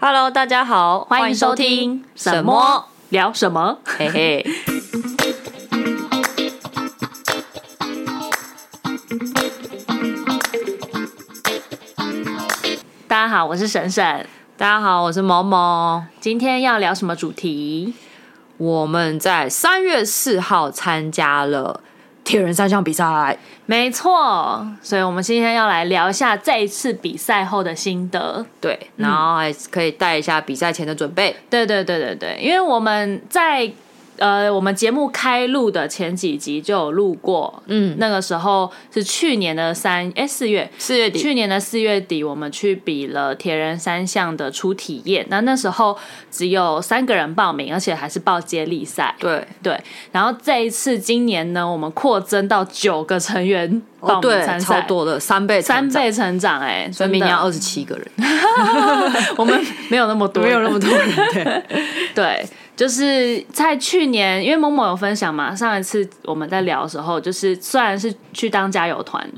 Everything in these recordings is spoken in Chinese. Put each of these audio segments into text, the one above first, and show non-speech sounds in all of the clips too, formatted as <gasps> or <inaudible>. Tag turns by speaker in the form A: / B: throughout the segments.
A: Hello，大家好，
B: 欢迎收听哎
A: 什么？
B: 聊什么？
A: 嘿嘿，
B: 大家好，我是沈沈，
A: 大家好，我是毛毛。
B: 今天要聊什么主题？
A: 我们在三月四号参加了铁人三项比赛，
B: 没错，所以我们今天要来聊一下这一次比赛后的心得。
A: 对，然后还可以带一下比赛前的准备。
B: 对对对对对，因为我们在呃我们节目开录的前几集就有录过，
A: 嗯，
B: 那个时候是去年的三哎四月，
A: 四月底，
B: 去年的四月底，我们去比了铁人三项的初体验。那那时候只有三个人报名，而且还是报接力赛。
A: 对，
B: 对，然后这一次今年呢，我们扩增到九个成员
A: 哦
B: 报名
A: 对，
B: 参赛，
A: 超多的三倍成
B: 三
A: 长，
B: 倍成长哎、
A: 所
B: 所
A: 以明年要二十七个人，
B: <laughs>
A: <laughs>
B: 我们没有那么多，
A: 那么多 <laughs> 人。对，
B: 对，就是在去年，因为某某有分享嘛，上一次我们在聊的时候，就是虽然是去当加油团，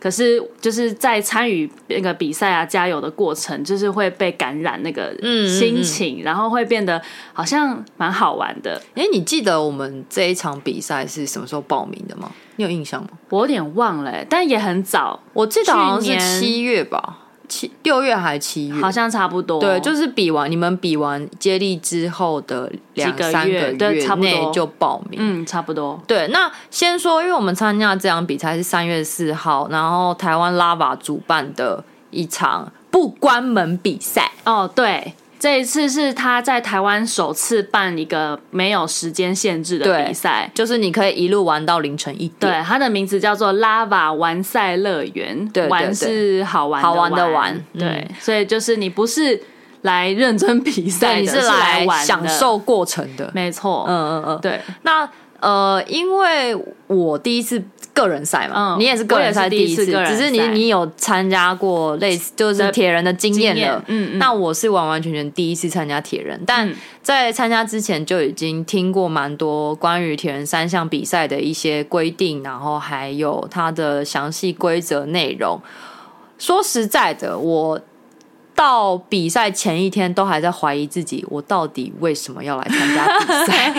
B: 可是就是在参与那个比赛啊、加油的过程，就是会被感染那个
A: 嗯嗯
B: 心情，然后会变得好像蛮好玩的。
A: 哎，你记得我们这一场比赛是什么时候报名的吗？你有印象吗？
B: 我有点忘了欸、但也很早，我记得
A: 好像
B: 好像
A: 是
B: 是
A: 七月吧，七六月还是七月？
B: 好像差不多，
A: 对，就是比完你们比完接力之后的两
B: 几个
A: 三
B: 月
A: 个
B: 对差不多
A: 内就报名。
B: 嗯，差不多。
A: 对，那先说，因为我们参加这场比赛是三月四号，然后台湾拉瓦主办的一场不关门比赛。
B: 哦，对，这一次是他在台湾首次办一个没有时间限制的
A: 对
B: 比赛。
A: 就是你可以一路玩到凌晨一点，
B: 对，它的名字叫做拉瓦玩赛乐园，
A: 对对
B: 玩是好玩
A: 好玩
B: 的
A: 的玩嗯
B: 对，所以就是你不是来认真比赛的，
A: 你
B: 是
A: 来
B: 玩的
A: 享，受过程的。
B: 没错，
A: 嗯嗯嗯，
B: 对，
A: 那呃，因为我第一次个人赛嘛，
B: 嗯
A: 你也是个人赛一
B: 我也是第一次个人赛
A: 只是你你有参加过类似就是铁人的经验
B: 经
A: 了
B: 验，嗯嗯
A: 那我是完完全全第一次参加铁人，但
B: 嗯
A: 在参加之前就已经听过蛮多关于铁人三项比赛的一些规定，然后还有它的详细规则内容。说实在的，我。到比赛前一天都还在怀疑自己，我到底为什么要来参加比赛？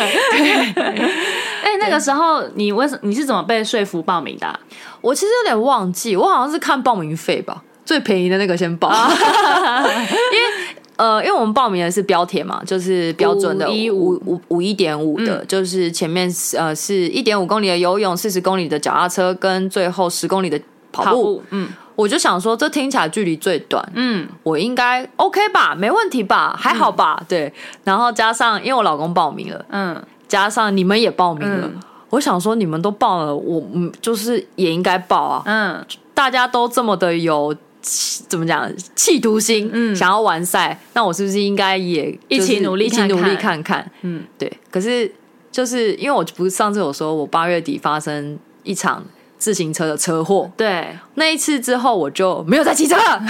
B: 哎、那个时候你为什你是怎么被说服报名的啊、
A: 我其实有点忘记，我好像是看报名费吧，最便宜的那个先 <laughs> 报，因为呃，因为我们报名的是标铁嘛，就是标准的
B: 515
A: 五嗯五五一点五的，就是前面是呃是一点五公里的游泳，四十公里的脚踏车，跟最后十公里的跑步。
B: 跑步，嗯
A: 我就想说，这听起来距离最短，
B: 嗯，
A: 我应该 OK 吧，没问题吧，还好吧，对。然后加上因为我老公报名了，
B: 嗯，
A: 加上你们也报名了。
B: 嗯
A: 我想说，你们都报了，我嗯，就是也应该报啊。
B: 嗯，
A: 大家都这么的有气怎么讲企图心，
B: 嗯
A: 想要完赛，那我是不是应该也
B: 一起
A: 就是
B: 努力
A: 一起
B: 看看
A: 努力看看？
B: 嗯，
A: 对。可是就是因为我不是上次有说我八月底发生一场自行车的车祸，
B: 对，
A: 那一次之后我就没有再骑车
B: <laughs>
A: 了。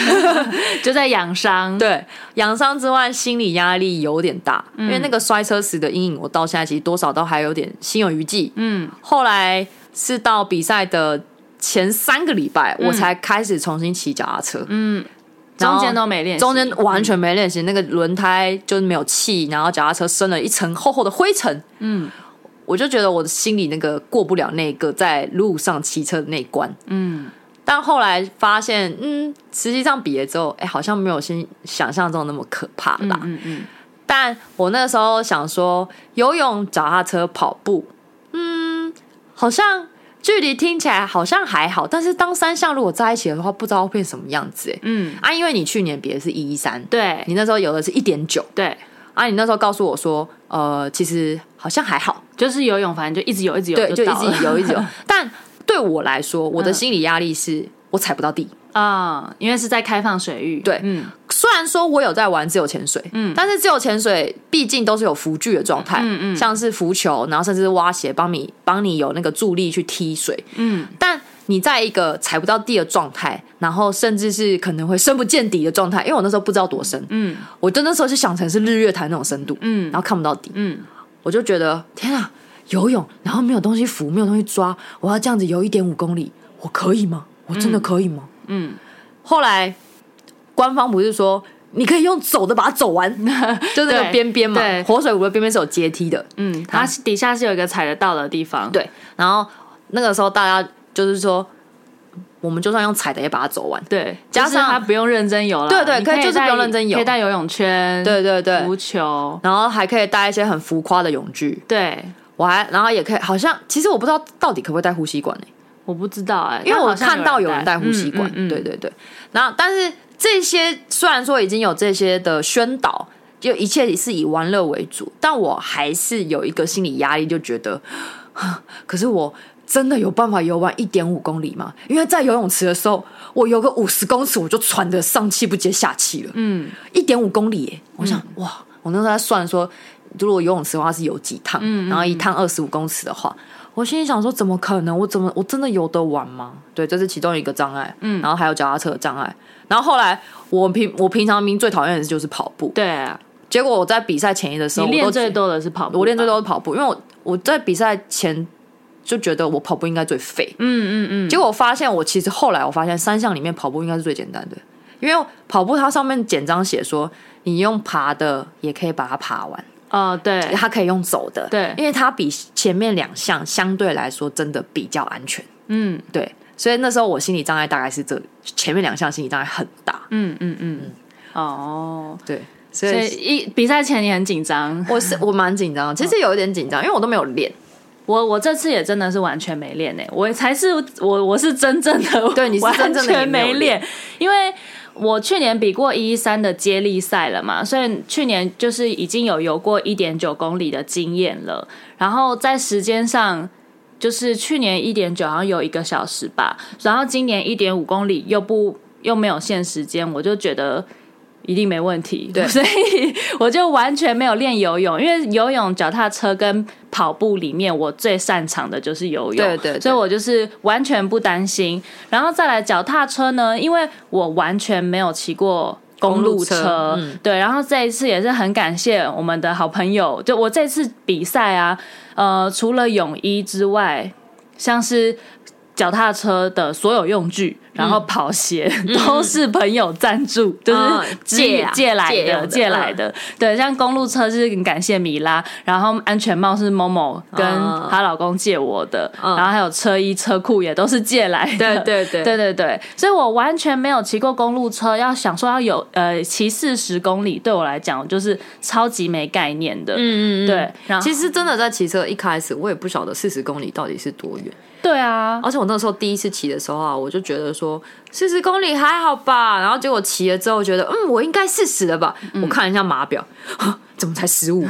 B: 就在养伤，
A: 对，养伤之外，心理压力有点大，
B: 嗯
A: 因为那个摔车时的阴影，我到现在其实多少都还有点心有余悸。
B: 嗯，
A: 后来是到比赛的前三个礼拜，
B: 嗯
A: 我才开始重新骑脚踏车。然
B: 中
A: 后
B: 间都没练习，
A: 中间完全没练习，那个轮胎就是没有气，然后脚踏车生了一层厚厚的灰尘。嗯，我就觉得我的心里那个过不了那个在路上骑车的那一关。嗯，但后来发现，嗯，实际上比了之后，哎、好像没有心想象中那么可怕啦。
B: 嗯嗯嗯，
A: 但我那时候想说，游泳、脚踏车、跑步，嗯，好像距离听起来好像还好，但是当三项如果在一起的话，不知道会变什么样子哎、
B: 嗯
A: 啊，因为你去年比的是一一三，
B: 对
A: 你那时候有的是一点九
B: 对，
A: 啊，你那时候告诉我说，呃，其实好像还好，
B: 就是游泳，反正就一直游，一直游，
A: 对，就一
B: 到了嗯
A: 直有一
B: <laughs>
A: 直有，但对我来说，我的心理压力是。我踩不到地，
B: 啊、因为是在开放水域，
A: 对
B: 嗯
A: 虽然说我有在玩自由潜水，嗯，但是自由潜水毕竟都是有浮具的状态，
B: 嗯嗯
A: 像是浮球，然后甚至是蛙鞋，帮你帮你有那个助力去踢水，
B: 嗯，
A: 但你在一个踩不到地的状态，然后甚至是可能会深不见底的状态，因为我那时候不知道多深，
B: 嗯
A: 我就那时候就想成是日月潭那种深度，
B: 嗯
A: 然后看不到底，
B: 嗯，
A: 我就觉得天啊，游泳然后没有东西扶，没有东西抓，我要这样子游一点五公里，我可以吗？我真的可以吗？
B: 嗯，
A: 嗯后来官方不是说你可以用走的把它走 <laughs> 完，就那个
B: 对
A: 边边嘛
B: 对，
A: 活水湖的边边是有阶梯的，
B: 嗯，它底下是有一个踩得到的地方。
A: 对。然后那个时候大家就是说，我们就算用踩的也把它走完，
B: 对，
A: 加
B: 就是
A: 上
B: 它不用认真游了。
A: 对对
B: 你
A: 可以
B: 以
A: 就是不用
B: 带
A: 认真游
B: 可以带游泳圈，
A: 对对对。
B: 足球，
A: 然后还可以带一些很浮夸的泳具，
B: 对。
A: 我还然后也可以，好像其实我不知道到底可不可以带呼吸管欸呢、
B: 我不知道哎、
A: 因为
B: 但
A: 我
B: 好像
A: 看到有
B: 有
A: 人带呼吸管，
B: 嗯嗯嗯
A: 对对对。然后，但是这些虽然说已经有这些的宣导，就一切是以玩乐为主，但我还是有一个心理压力，就觉得，啊可是我真的有办法游完一点五公里吗？因为在游泳池的时候，我游个五十公尺，我就喘得上气不接下气了。
B: 嗯，
A: 一点五公里耶！我想、哇，我那时候在算说，如果游泳池的话是游几趟，
B: 嗯
A: 然后一趟二十五公尺的话，我心里想说，怎么可能？我怎么我真的游得完吗？对，这是其中一个障碍。嗯，然后还有脚踏车的障碍。然后后来我平我平常明明最讨厌的就是跑步，
B: 对啊，
A: 结果我在比赛前一的时
B: 你
A: 候，
B: 练
A: 我都
B: 最多的是跑步吧，
A: 我练最多是跑步，因为我我在比赛前就觉得我跑步应该最废，
B: 嗯，嗯嗯
A: 结果我发现，我其实后来我发现三项里面跑步应该是最简单的，因为跑步它上面简章写说，你用爬的也可以把它爬完，
B: 嗯，哦 <laughs> 对，
A: 它可以用走的，
B: 对
A: 因为它比前面两项相对来说真的比较安全，
B: 嗯
A: 对，所以那时候我心理障碍大概是这前面两项心理障碍很大，
B: 嗯嗯嗯，哦，
A: 对，所
B: 所以啊
A: 以
B: 一比赛前你很紧张，
A: 我是我蛮紧张的，其实有一点紧张，因为我都没有练，
B: 我我这次也真的是完全没练呢、我才是我我是真正的
A: <laughs> 对你是真正的
B: 完全
A: 也没
B: 没
A: 有
B: 练，因为我去年比过一一三的接力赛了嘛，所以去年就是已经有游过一点九公里的经验了，然后在时间上。就是去年一点九好像有一个小时吧，然后今年一点五公里又不又没有限时间，我就觉得一定没问题， <laughs>
A: 对
B: 所以我就完全没有练游泳，因为游泳、脚踏车跟跑步里面，我最擅长的就是游泳，
A: 对对对
B: 所以我就是完全不担心。然后再来脚踏车呢，因为我完全没有骑过。公
A: 公路
B: 路
A: 车
B: 车，
A: 嗯
B: 对，然后这一次也是很感谢我们的好朋友，就我这次比赛啊，呃，除了泳衣之外，像是脚踏车的所有用具，然
A: 嗯
B: 后跑鞋、都是朋友赞助，就是
A: 嗯借
B: 借、
A: 啊
B: 借来
A: 借用的嗯
B: 的，借来的。对，像公路车是很感谢米拉，然后安全帽是某某跟
A: 嗯
B: 她老公借我的，
A: 嗯
B: 然后还有车衣车裤也都是借来的。
A: 对对
B: 对对对，所以我完全没有骑过公路车，要想说要有呃骑四十公里，对我来讲我就是超级没概念的。
A: 嗯嗯嗯，
B: 对，然后
A: 其实真的在骑车一开始，我也不晓得四十公里到底是多远。
B: 对啊，
A: 而且我那时候第一次骑的时候啊，我就觉得说四十公里还好吧，然后结果骑了之后觉得，嗯，我应该四十了吧？我看了一下码表，啊怎么才十五？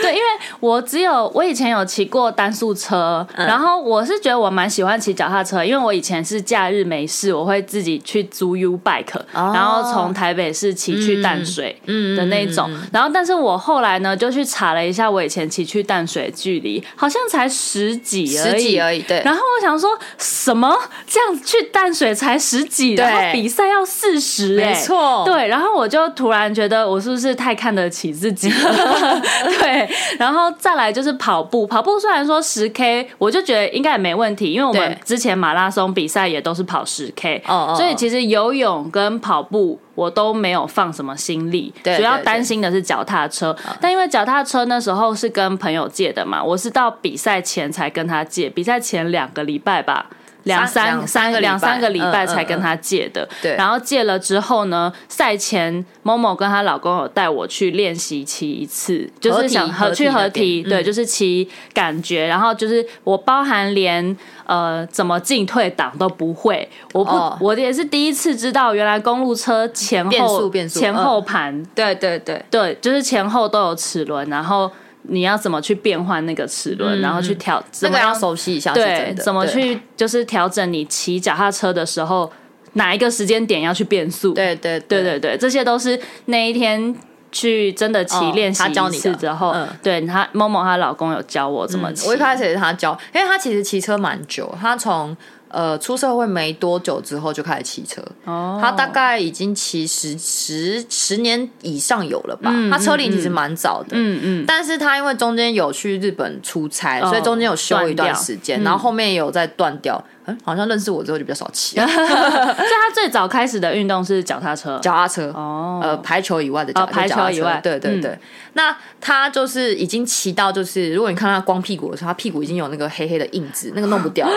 B: 对，因为我只有我以前有骑过单速车，然后我是觉得我蛮喜欢骑脚踏车，因为我以前是假日没事，我会自己去租 U bike，、
A: 哦
B: 然后从台北市骑去淡水
A: 嗯
B: 的那种。然后，但是我后来呢，就去查了一下，我以前骑去淡水距离好像才十几而已，
A: 已，对
B: 然后我想说什么这样去淡水才十几，
A: 对
B: 然后比赛要四十、欸，
A: 没错
B: 对。然后我就突然觉得我是不是太看得起自己 <laughs> 了？对。然后再来就是跑步，跑步虽然说十 K，我就觉得应该也没问题，因为我们
A: 对
B: 之前马拉松比赛也都是跑十 K，
A: 哦哦哦
B: 所以其实游泳跟跑步我都没有放什么心力，
A: 对啊
B: 主要
A: 对对
B: 担心的是脚踏车。但因为脚踏车那时候是跟朋友借的嘛，我是到比赛前才跟他借，比赛前两个礼拜吧。两
A: 三
B: 三
A: 两三个礼拜嗯
B: 两三个礼拜
A: 嗯
B: 才跟他借的，
A: 对
B: 然后借了之后呢，赛前某某跟她老公有带我去练习骑一次，就
A: 合体
B: 是想
A: 合
B: 合
A: 体
B: 去合
A: 那
B: 体，
A: 边嗯
B: 对，就是骑感觉，然后就是我包含连呃怎么进退档都不会，我不、
A: 哦
B: 我也是第一次知道，原来公路车前后
A: 变速变速嗯
B: 前后盘，
A: 对对对，
B: 对，就是前后都有齿轮，然后你要怎么去变换那个齿轮，然后去调
A: 这
B: 怎
A: 嗯个
B: 么
A: 要
B: 样
A: 熟悉一下，是
B: 对
A: 真的
B: 怎么？
A: 对
B: 去就是调整你骑脚踏车的时候哪一个时间点要去变速，
A: 对对
B: 对对对，这些都是那一天去真的骑
A: 哦
B: 练习
A: 他教
B: 一
A: 你
B: 次
A: 的
B: 之后，
A: 嗯
B: 对她某某她老公有教我怎么骑。
A: 我一开始也是他教，因为他其实骑车蛮久，他从呃出社会没多久之后就开始骑车，
B: 哦
A: 他大概已经骑十十十年以上有了吧，他车龄其实蛮早的，
B: 嗯嗯，
A: 但是他因为中间有去日本出差，
B: 哦
A: 所以中间有休一段时间，
B: 断掉嗯
A: 然后后面也有再断掉，嗯，好像认识我之后就比较少骑
B: <laughs> 所以他最早开始的运动是脚踏车。
A: 脚踏车。
B: 哦，
A: 呃，排球以外的脚、
B: 哦排
A: 就
B: 球
A: 脚踏车
B: 以外
A: 对对
B: 嗯
A: 对。那他就是已经骑到，就是如果你看他光屁股的时候，他屁股已经有那个黑黑的印子，那个弄不
B: 哦
A: 掉了。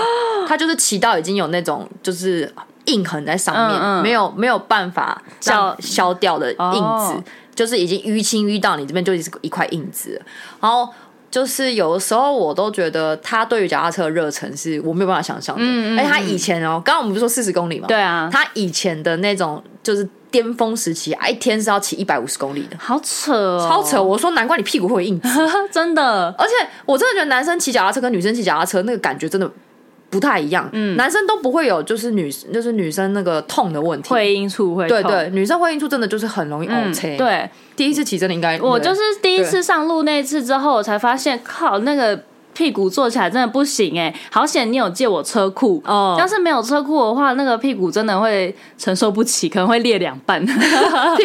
A: 他就是骑到已经有那种就是印痕在上面，
B: 嗯嗯
A: 没有没有办法消
B: 消
A: 消掉的印子，
B: 哦
A: 就是已经淤青淤到你这边就是一块印子了。然后就是有的时候我都觉得他对于脚踏车的热忱是我没有办法想象的，
B: 嗯嗯
A: 而且他以前哦，刚刚我们不是说四十公里嘛，
B: 对啊，
A: 他以前的那种就是巅峰时期啊，一天是要骑一百五十公里的，
B: 好扯哦，
A: 超扯！我说难怪你屁股会有硬直，
B: 真的，
A: 而且我真的觉得男生骑脚踏车跟女生骑脚踏车那个感觉真的不太一样，嗯，男生都不会有就是女就是女生那个痛的问题，
B: 会阴处会
A: 对
B: 痛
A: 对，女生会阴处真的就是很容易
B: 嗯
A: OK，、，
B: 对，
A: 第一次骑真的应该
B: 我就是第一次上路那一次之后，我才发现，靠，那个屁股坐起来真的不行哎、好险你有借我车库。
A: 哦
B: 要是没有车库的话，那个屁股真的会承受不起，可能会裂两半，
A: 屁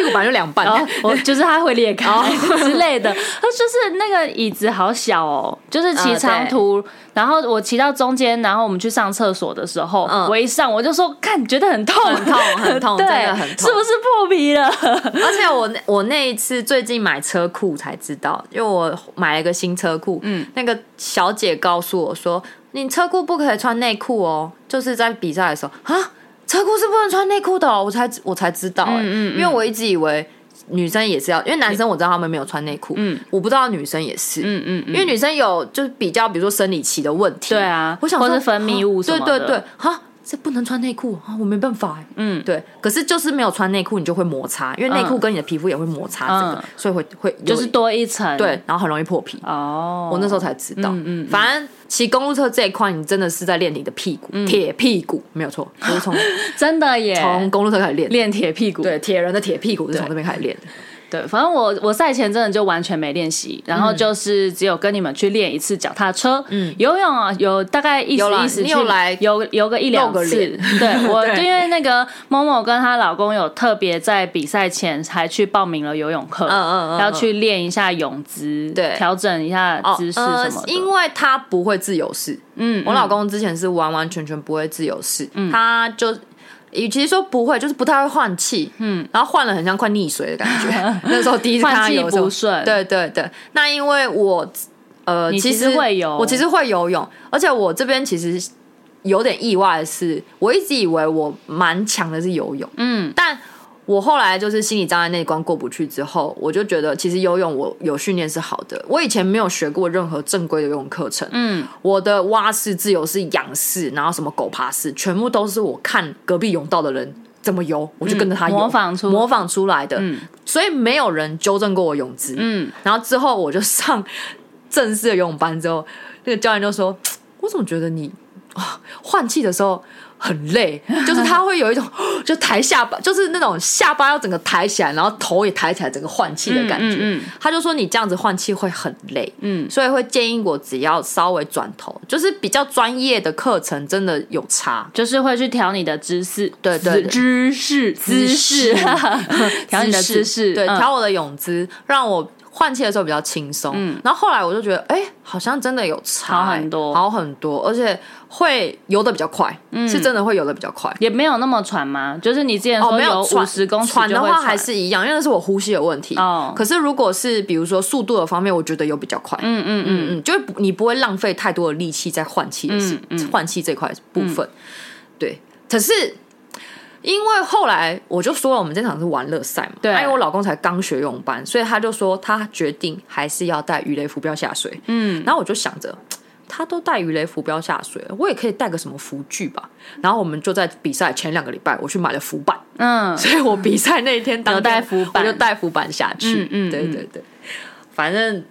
A: 股本来就两半，
B: 然后 <laughs> 哦我就是它会裂开之类的。就是那个椅子好小哦，就是骑长途，然后我骑到中间，然后我们去上厕所的时候，
A: 嗯
B: 我一上我就说，看觉得很痛，
A: 很痛很 <laughs> 痛，
B: 对
A: 真的很痛
B: 是。不是破皮了？
A: 而且我那我那一次最近买车库才知道，因为我买了一个新车库，嗯，那个小姐告诉我说，你车库不可以穿内裤哦，就是在比赛的时候啊，车库是不能穿内裤的哦、我才我才知道、欸，
B: 嗯嗯嗯
A: 因为我一直以为女生也是要，因为男生我知道他们没有穿内裤，
B: 嗯，
A: 我不知道女生也是，
B: 嗯嗯
A: 因为女生有就是比较，比如说生理期的问题，
B: 对啊
A: 我想说
B: 或是分泌物
A: 啊
B: 什么
A: 对
B: 的
A: 对对，哈，这不能穿内裤啊，我没办法哎，
B: 嗯
A: 对，可是就是没有穿内裤，你就会摩擦，因为内裤跟你的皮肤也会摩擦这个，
B: 嗯
A: 所以会会有
B: 就是多一层。
A: 对，然后很容易破皮。
B: 哦，
A: 我那时候才知道，
B: 嗯嗯嗯
A: 反正骑公路车这一块，你真的是在练你的屁
B: 嗯
A: 股，铁、屁股没有错，就是
B: <laughs>
A: 从
B: 真的耶，
A: 从公路车开始练，
B: 练铁屁股。
A: 对铁人的铁屁股是从这边开始练的。
B: 对，反正我我赛前真的就完全没练习，然后就是只有跟你们去练一次脚踏车，
A: 嗯
B: 游泳啊，有大概意思
A: 有啦
B: 意思
A: 你有
B: 去
A: 来
B: 游游个一两
A: 露个
B: 次
A: 脸。
B: 对
A: <laughs>
B: 我
A: 对
B: 就因为那个某某跟她老公有特别在比赛前还去报名了游泳课，
A: 嗯嗯嗯
B: 要去练一下泳姿，
A: 对哦呃
B: 调整一下姿势什么的。
A: 因为他不会自由式，
B: 嗯，
A: 我老公之前是完完全全不会自由式，他就与其说不会，就是不太会换气，嗯，然后换了很像快溺水的感
B: <laughs>
A: 觉。那时候第一次看他
B: 换气
A: 游的时候
B: 不顺，
A: 对对对。那因为我呃，
B: 你其实
A: 实
B: 会游
A: 我其实会游泳，而且我这边其实有点意外的是，我一直以为我蛮强的是游泳，
B: 嗯，
A: 但我后来就是心理障碍那一关过不去之后，我就觉得其实游泳我有训练是好的。我以前没有学过任何正规的游泳课程，
B: 嗯，
A: 我的蛙式、自由式、仰式，然后什么狗爬式，全部都是我看隔壁泳道的人怎么游，我就跟着他游、
B: 嗯模仿出
A: 模仿出来的。
B: 嗯
A: 所以没有人纠正过我泳姿。
B: 嗯，
A: 然后之后我就上正式的游泳班之后，那个教练就说：“我怎么觉得你啊换气的时候很累？ <laughs> 就是他会有一种 <gasps> 就抬下巴，就是那种下巴要整个抬起来，然后头也抬起来，整个换气的感觉。
B: 嗯嗯嗯
A: 他就说你这样子换气会很累，
B: 嗯
A: 所以会建议我只要稍微转头，就是比较专业的课程真的有差。”
B: 就是会去调你的姿势，
A: 对对对
B: 姿势姿势， <laughs> 调你的姿势，
A: 对，
B: 嗯
A: 调我的泳姿，让我换气的时候比较轻松。然后后来我就觉得，哎，好像真的有差、
B: 嗯好很多嗯
A: 好很多，而且会游的比较快，是真的会游的比较快。
B: 也没有那么喘吗？就是你之前
A: 哦，
B: 说
A: 没有
B: 五
A: 喘
B: 十公尺
A: 喘
B: 就
A: 的
B: 会
A: 话还是一样，因为那是我呼吸有问题。
B: 哦
A: 可是如果是比如说速度的方面，我觉得有比较快。
B: 嗯嗯嗯，
A: 嗯嗯，就是不你不会浪费太多的力气在换气的事
B: 嗯嗯
A: 换气这块部分。对，可是因为后来我就说了，我们这场是玩乐赛嘛，
B: 对
A: 啊因为我老公才刚学游泳班，所以他就说他决定还是要带鱼雷浮标下水。
B: 嗯，
A: 然后我就想着。他都带鱼雷浮标下水了，我也可以带个什么浮具吧。然后我们就在比赛前两个礼拜，我去买了浮板，
B: 嗯，
A: <laughs> 所以我比赛那一天当
B: 有带浮板
A: 我就带浮板下去。
B: 嗯嗯
A: 对对对，反正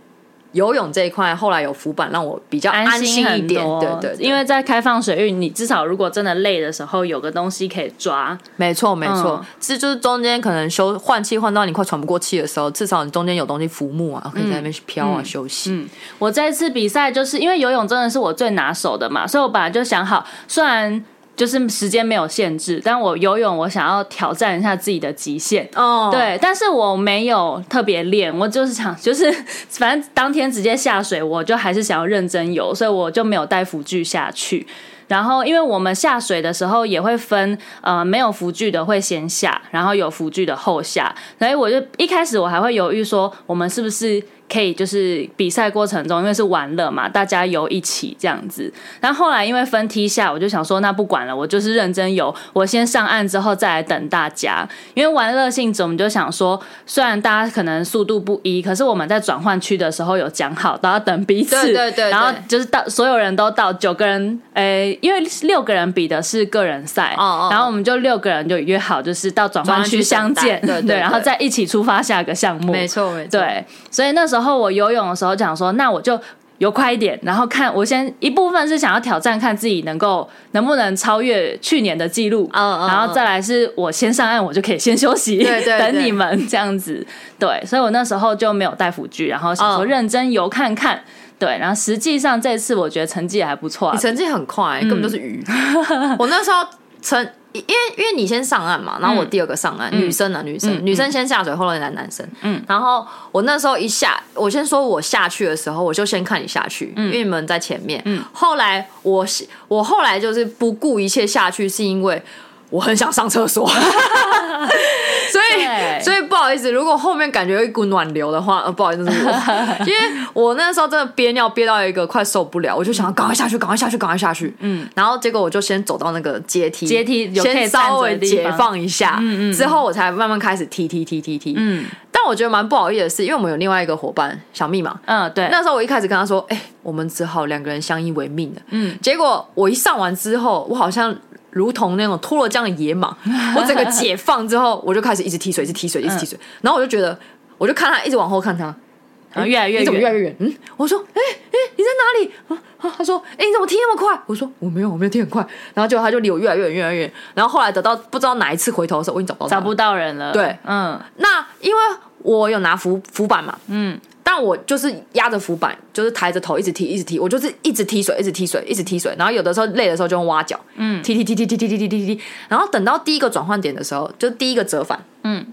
A: 游泳这一块后来有浮板让我比较安
B: 心
A: 一
B: 很
A: 点。
B: 多
A: 对对对，
B: 因为在开放水域，你至少如果真的累的时候，有个东西可以抓，
A: 没错没错
B: 嗯，
A: 这、就是中间可能休换气换到你快喘不过气的时候，至少你中间有东西浮木啊，可以在那边飘啊、休息。
B: 嗯，我这次比赛就是因为游泳真的是我最拿手的嘛，所以我本来就想好，虽然就是时间没有限制，但我游泳我想要挑战一下自己的极限。
A: 哦，
B: 对，但是我没有特别练，我就是想， <laughs> 就是反正当天直接下水，我就还是想要认真游，所以我就没有带辅具下去。然后，因为我们下水的时候也会分，呃，没有浮具的会先下，然后有浮具的后下。所以我就一开始我还会犹豫说，我们是不是可以就是比赛过程中，因为是玩乐嘛，大家游一起这样子。然后后来因为分梯下，我就想说，那不管了，我就是认真游，我先上岸之后再来等大家。因为玩乐性质，我们就想说，虽然大家可能速度不一，可是我们在转换区的时候有讲好，都要等彼此，
A: 对对对
B: 然后
A: 对
B: 就是到所有人都到九个人，诶、因为六个人比的是个人赛，
A: 哦哦
B: 然后我们就六个人就约好，就是到转换区相见，
A: 转换区等待对对
B: <laughs>
A: 对
B: 然后再一起出发下个项目，
A: 没错没错，
B: 对，所以那时候我游泳的时候讲说，那我就游快一点，然后看我先一部分是想要挑战看自己能够能不能超越去年的记录，
A: 嗯嗯
B: 然后再来是我先上岸，我就可以先休息，
A: 对对
B: 等
A: 对
B: 你们这样子。对，所以我那时候就没有带辅具，然后想说
A: 嗯
B: 认真游看看。对，然后实际上这次我觉得成绩也还不错、啊
A: 你，成绩很快，根本就是 <laughs> 鱼。我那时候成，因为因为你先上岸嘛，然后我第二个上岸，女生啊女生，女生先下水，后来男男生。嗯，然后我那时候一下，我先说我下去的时候，我就先看你下去，因为你们在前面。嗯，后来我我后来就是不顾一切下去，是因为。我很想上厕所，所
B: 对
A: 以所以不好意思，如果后面感觉有一股暖流的话，呃，不好意思，
B: <laughs>
A: 是我，因为我那时候真的憋尿憋到一个快受不了，我就想要赶快下去，赶快下去，赶快下去。嗯，然后结果我就先走到那个阶梯，
B: 阶梯有可以
A: 先
B: 站
A: 稍
B: 着的
A: 微
B: 地方
A: 解放一下，嗯嗯，之后我才慢慢开始踢踢踢踢踢。嗯，但我觉得蛮不好意思的是，因为我们有另外一个伙伴小密码，
B: 嗯，对，
A: <laughs> 那时候我一开始跟他说，哎、我们只好两个人相依为命了。嗯，结果我一上完之后，我好像如同那种脱了缰的野
B: <laughs>
A: 马，我整个解放之后，我就开始一直踢水，一直踢水，一直踢水，然后我就觉得，我就看他一直往后看他，
B: 嗯然后越来越
A: 你怎么越来
B: 远，
A: 越远？嗯，我说，哎、哎、你在哪里？啊啊！他说，哎、你怎么踢那么快？我说我没有，我没有踢很快。然后结果他就离我越来越远，越来越远。然后后来等到不知道哪一次回头的时候，我已经找不到他
B: 找
A: 了
B: 不到人了。
A: 对
B: 嗯，
A: 那因为我有拿浮浮板嘛，嗯，但我就是压着浮板，就是抬着头一直踢，一直踢，我就是一直踢水，一直踢水，一直踢水，然后有的时候累的时候就用蛙脚，嗯，踢踢踢踢踢踢踢踢踢踢，然后等到第一个转换点的时候，就第一个折返，嗯。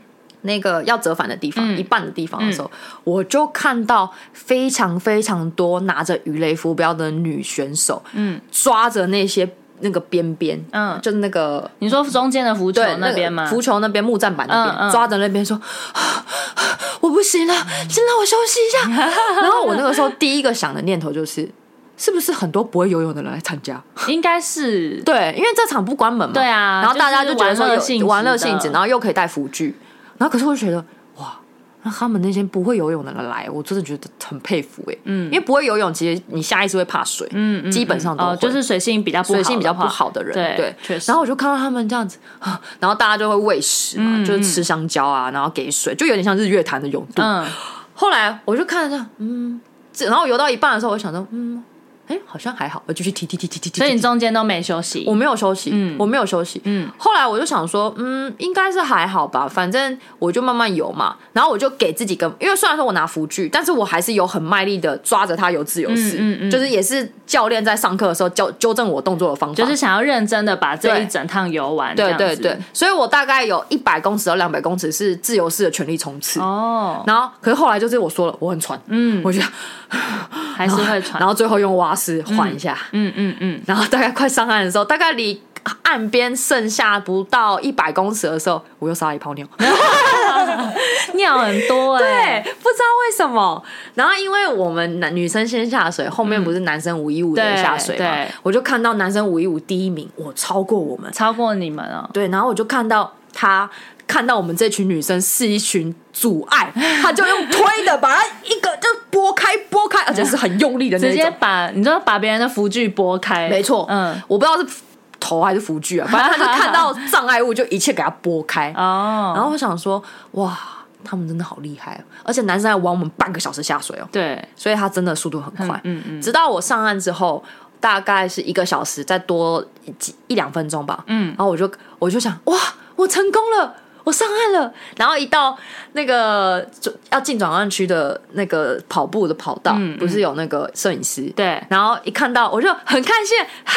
A: 那个要折返的地方，一半的地方的时候，我就看到非常非常多拿着鱼雷浮标的女选手，嗯，抓着那些那个边边，
B: 嗯
A: 就是那个
B: 你说中间的浮球
A: 对
B: 那边吗？
A: 浮球那边木栈板那边、
B: 嗯嗯
A: 抓着那边说， <gasps> 我不行了，先让我休息一
B: <laughs>
A: 下。然后我那个时候第一个想的念头就是，是不是很多不会游泳的人来参加？
B: 应该是
A: 对，因为这场不关门嘛。
B: 对啊
A: 然后大家
B: 就是
A: 就觉得说
B: 玩乐性质
A: 有
B: 的
A: 玩乐性质，然后又可以带浮具，然后可是我就觉得哇。那他们那些不会游泳的人来，我真的觉得很佩服哎、嗯，因为不会游泳，其实你下意识会怕水，嗯，基本上都会、
B: 哦，就是水性比较不好
A: 水
B: 的话，
A: 性比较不好的人，
B: 对
A: 对
B: 确。实
A: 然后我就看到他们这样子， <sighs> 啊然后大家就会喂食嘛，
B: 嗯
A: 就是吃香蕉啊，然后给水，就有点像日月潭的泳渡。
B: 嗯，
A: 后来我就看着，嗯，这然后游到一半的时候，我想说，嗯，哎，好像还好，我继续踢踢踢踢踢踢。
B: 所以你
A: 踢
B: 中间都没休息。
A: 我没有休息，我没有休息，嗯。后来我就想说，嗯，应该是还好吧，反正我就慢慢游嘛。然后我就给自己跟，因为虽然说我拿浮具，但是我还是有很卖力的抓着它游自由式，
B: 嗯嗯嗯
A: 就是也是教练在上课的时候纠纠正我动作的方法，
B: 就是想要认真的把这一
A: 对
B: 整趟游完，
A: 对
B: 这样
A: 对
B: 子
A: 对，，所以我大概有一百公尺到两百公尺是自由式的全力冲刺。
B: 哦，
A: 然后，可是后来就是我说了，我很喘，嗯，我觉得，
B: 还是会传
A: 然，后最后用蛙式缓一下，
B: 嗯嗯嗯，
A: 然后大概快上岸的时候，大概离岸边剩下不到一百公尺的时候，我又撒了一泡尿，
B: 尿很多哎，
A: <laughs> 对， <laughs> 不知道为什么。然后因为我们男女生先下水，后面不是男生五一五
B: 对
A: 的下水嘛
B: 对，
A: 我就看到男生五一五第一名，我超过我们，
B: 超过你们哦，
A: 对，然后我就看到他看到我们这群女生是一群阻碍，他就用推的把他一个就拨开拨开，而且是很用力的那
B: 直接
A: 种。
B: 把你知道把别人的浮具拨开，
A: 没错，嗯
B: 嗯，，
A: 我不知道是头还是辅具啊，反正他就看到障碍物就一切给他拨开。
B: 哦，
A: 然后我想说，哇，他们真的好厉害、哦，而且男生还玩我们半个小时下水哦，
B: 对，
A: 所以他真的速度很快。
B: 嗯嗯
A: 直到我上岸之后，大概是一个小时，再多一几一两分钟吧。嗯，然后我就我就想，哇，我成功了，我上岸了。然后一到那个就要进转弯区的那个跑步的跑道，不是有那个摄影师？
B: 嗯对
A: 然后一看到我就很看线，嗨，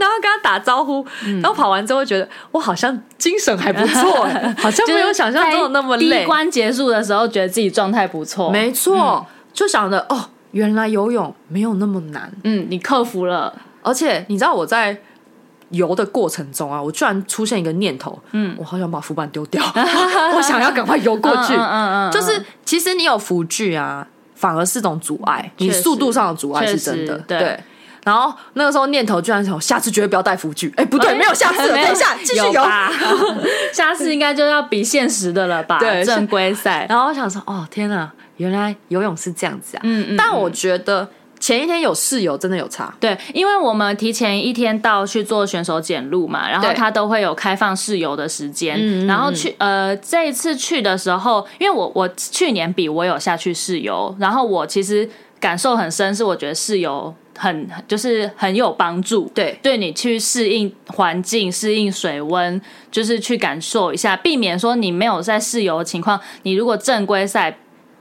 A: 然后跟他打招呼。
B: 嗯
A: 然后跑完之后觉得我好像精神还不错、
B: <laughs>
A: 哎好像没有想象中的那么
B: 就是在
A: 累。
B: 第一关结束的时候，觉得自己状态不错，
A: 没
B: 嗯
A: 错，就想着哦，原来游泳没有那么难。
B: 嗯，你克服了，
A: 而且你知道我在游的过程中啊，我居然出现一个念头，嗯，我好想把浮板丢掉， <laughs> 我想要赶快游过去。
B: 嗯嗯嗯嗯
A: 就是其实你有浮具啊，反而是种阻碍，你
B: 确实
A: 速度上的阻碍是真的
B: 确实。对
A: 然后那个时候念头居然想，我下次绝对不要带浮具。哎，不对，
B: 哎
A: 没有下次了，
B: 没有
A: 等一下继续
B: 有
A: 游。
B: 吧 <laughs> 下次应该就要比现实的了吧？
A: 对
B: 正规赛。
A: 然后我想说，哦天哪，原来游泳是这样子啊！
B: 嗯嗯
A: 但我觉得前一天有室友真的有差，
B: 对，因为我们提前一天到去做选手检录嘛，然后
A: 对嗯
B: 他都会有开放室游的时间。然后去呃，这一次去的时候，因为我我去年比我有下去室游，然后我其实感受很深，是我觉得室游很就是很有帮助。
A: 对
B: 对你去适应环境、适应水温，就是去感受一下，避免说你没有在室游的情况，你如果正规赛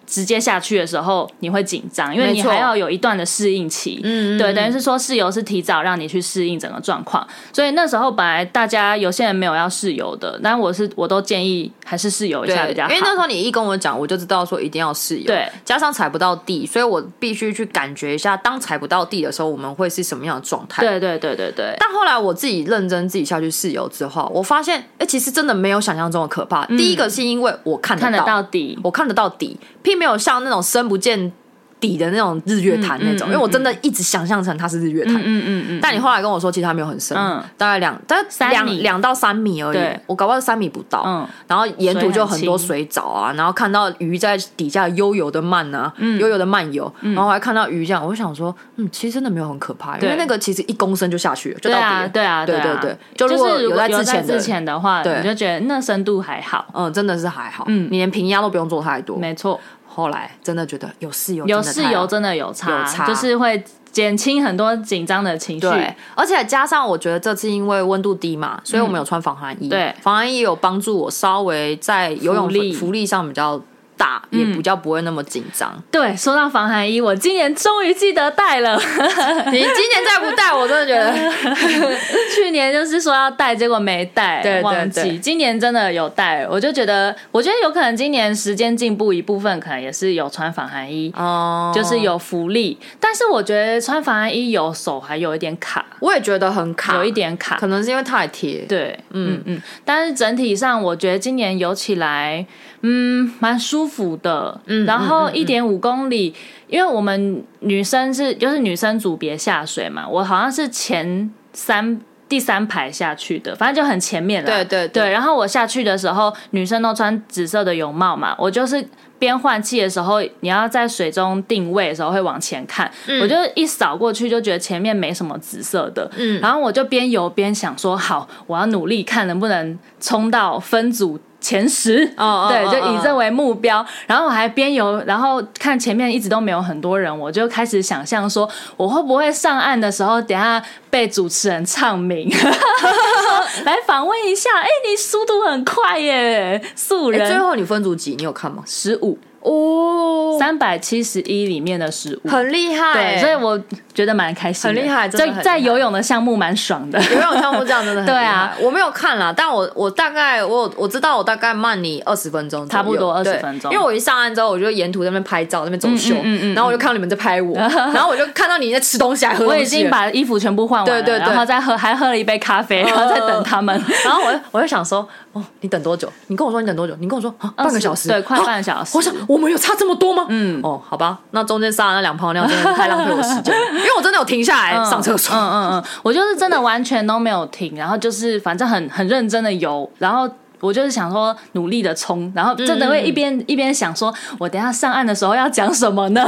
B: 直接下去的时候，你会紧张，因为你
A: 没错
B: 还要有一段的适应期。嗯，对，等于是说室游是提早让你去适应整个状况，所以那时候本来大家有些人没有要室游的，但我是我都建议还是室游一下比较好，
A: 因为那时候你一跟我讲，我就知道说一定要室友，
B: 对，
A: 加上踩不到地，所以我必须去感觉一下，当踩不到地的时候，我们会是什么样的状态。
B: 对对对对对，
A: 但后来我自己认真自己下去室友之后，我发现，哎、其实真的没有想象中的可怕。第一个是因为我看
B: 嗯看得到底，
A: 我看得到底，并没有像那种深不见底的那种日月潭那种，因为我真的一直想象成它是日月潭。
B: 嗯嗯嗯，
A: 但你后来跟我说，其实它没有很深，
B: 嗯
A: 大概两，但
B: 三
A: 两
B: 米
A: 两到三米而已
B: 对，
A: 我搞不好三米不到。
B: 嗯
A: 然后沿途就很多
B: 水
A: 水
B: 很清
A: 藻啊，然后看到鱼在底下悠游的慢啊，
B: 嗯
A: 悠游的漫游，然后还看到鱼这样，我就想说，嗯，其实真的没有很可怕，因为
B: 对
A: 那个其实一公升就下去了，就
B: 对
A: 到底
B: 啊
A: 了。
B: 对啊
A: 对
B: 啊
A: 对对就
B: 就
A: 如
B: 是
A: 果
B: 如
A: 有
B: 果
A: 在
B: 有
A: 之
B: 在
A: 前的
B: 之前的话，
A: 对
B: 你就觉得那深度还好，
A: 嗯，真的是还好，
B: 嗯
A: 你连平压都不用做太多。
B: 没错。
A: 后来真的觉得有室友真
B: 有
A: 的太好，
B: 室友真的有差，
A: 有差
B: 就是会减轻很多紧张的情绪。
A: 对，而且加上我觉得这次因为温度低嘛，所以我们有穿防寒衣，
B: 嗯对
A: 防寒衣有帮助我稍微在游泳
B: 浮力嗯
A: 浮力上比较大，也比较不会那么紧张。
B: 对说到防寒衣，我今年终于记得带了。
A: 你今年再不带，我真的觉得 <laughs>
B: 去年就是说要带，结果没带，
A: 对对
B: 忘
A: 对
B: 记。今年真的有带，我就觉得，我觉得有可能今年时间进步一部分，可能也是有穿防寒衣，
A: <laughs> 哦，
B: 就是有福利。但是我觉得穿防寒衣有手还有一点卡，
A: 我也觉得很卡，
B: 有一点卡。
A: 可能是因为太贴。
B: 对，嗯嗯，但是整体上，我觉得今年游起来，嗯，蛮舒服的。嗯，然后一点五公里，因为我们女生是就是女生组别下水嘛，我好像是前三第三排下去的，反正就很前面了。
A: 对对对
B: 对。然后我下去的时候，女生都穿紫色的泳帽嘛，我就是。边换气的时候，你要在水中定位的时候会往前看，我就一扫过去就觉得前面没什么紫色的，
A: 嗯
B: 然后我就边游边想说，好，我要努力看能不能冲到分组前十。
A: 哦哦
B: 对，
A: 哦
B: 就以
A: 哦
B: 这为目标，然后我还边游，然后看前面一直都没有很多人，我就开始想象说，我会不会上岸的时候，等下被主持人
A: <laughs>
B: 唱名， <laughs> 说来访问一下，哎、你速度很快耶，素
A: 哎最
B: 人
A: 后你分组几？你有看吗？
B: 十五
A: 哦，
B: 三百七十一里面的十五。
A: 很厉害欸、
B: 对，所以我觉得蛮开心的，
A: 很厉害真的
B: 在
A: 很厉
B: 在
A: 害
B: 游泳的项目蛮爽的。
A: 游泳项目这样真
B: <laughs>
A: 的很
B: 对啊
A: 厉害，我没有看啦，但我我大概我有我知道我大概慢你二十分钟左右，
B: 差不多
A: 对
B: 20分钟
A: 因为我一上岸之后，我就沿途在那边拍照，在那边走秀，
B: 嗯嗯嗯嗯
A: 然后我就看到你们在拍我，然后我就看到你在吃东西还喝东西
B: 我
A: 了，
B: 已经把衣服全部换完
A: 对
B: 了，
A: 对对哦
B: 然后再喝，还喝了一杯咖啡，然后再等
A: <laughs>
B: 他们。
A: 然后我就我就想说，哦，你等多久？你跟我说你等多久？你跟我说啊，半个小时，
B: 对，快
A: 啊
B: 半个小时。
A: 我想我们有差这么多吗？嗯，哦，好吧，那中间撒的那两泡尿真的太浪费我时间，了，因为我真的有停下来上厕所。
B: 嗯嗯嗯，我就是真的完全都没有停，然后就是反正很很认真的游，然后。我就是想说努力的冲，然后真的会一边、一边想说，我等一下上岸的时候要讲什么呢？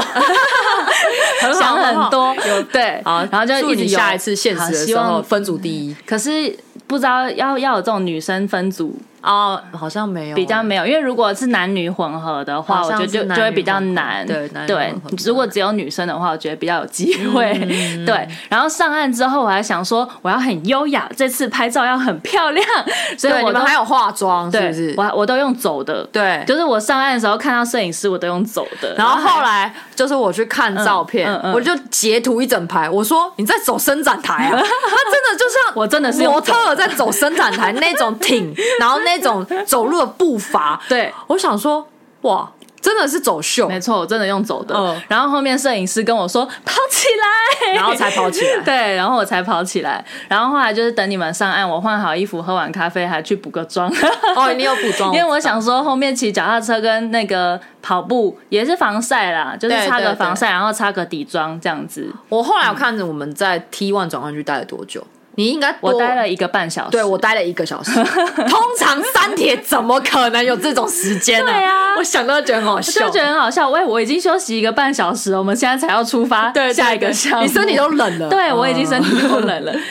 B: <laughs> 想很多，对，
A: 好，
B: 然后就
A: 祝
B: 一直
A: 你
B: 游
A: 下一次现实
B: 好
A: 的
B: 希
A: 时候
B: 望。
A: 分组第一
B: 可是不知道要要有这种女生分组
A: 哦，好像没有
B: 比较没有，因为如果是男女混合的话，
A: 好
B: 我觉
A: 像
B: 得
A: 是
B: 就
A: 男
B: 就
A: 女
B: 会比较
A: 混合
B: 难。
A: 对男女
B: 对
A: 混合比较，嗯
B: 如果只有女生的话，我觉得比较有机会。 <laughs> 对，然后上岸之后，我还想说我要很优雅，这次拍照要很漂亮，所以
A: 对，
B: 我
A: 你们
B: 都
A: 还有化妆是
B: 对
A: 不是？
B: 我我都用走的，
A: 对
B: 就是我上岸的时候看到摄影师，我都用走的，
A: 然后后来就是我去看照片，
B: 嗯嗯嗯
A: 我就截图一整排，我说你在走伸展台
B: <laughs>
A: 啊，他真的就像
B: 我真的是用
A: 模
B: 走的
A: 特儿在走伸展 <laughs> 台那种挺，然后那种走路的步伐，
B: 对
A: 我想说哇。真的是走秀，
B: 没错，我真的用走的。
A: 嗯
B: 然后后面摄影师跟我说跑起来，
A: 然后才跑起来。
B: <laughs> 对，然后我才跑起来。然后后来就是等你们上岸，我换好衣服，喝完咖啡，还去补个
A: <laughs>
B: 妆。
A: 哦，你有补妆，
B: 因为我想说，后面骑脚踏车跟那个跑步也是防晒啦，就是
A: 对
B: 擦
A: 对
B: 个
A: 对
B: 防晒，然后擦个底妆这样子。
A: 我后来我看着我们在 T one 转换区待了多久，你应该
B: 我
A: 多
B: 待了一个半小时。
A: 对我待了一个小时。 <laughs> 通常三铁怎么可能有这种时间呢、
B: 对啊
A: 我想到就觉得很好
B: 我就
A: 笑。
B: 觉得很好笑。喂，我已经休息一个半小时了，我们现在才要出发
A: <laughs> 对对
B: 下一个
A: 对
B: 项目。
A: 你身体都冷了，
B: 对我已经身
A: 嗯
B: 体都冷
A: <laughs>
B: 了，
A: 因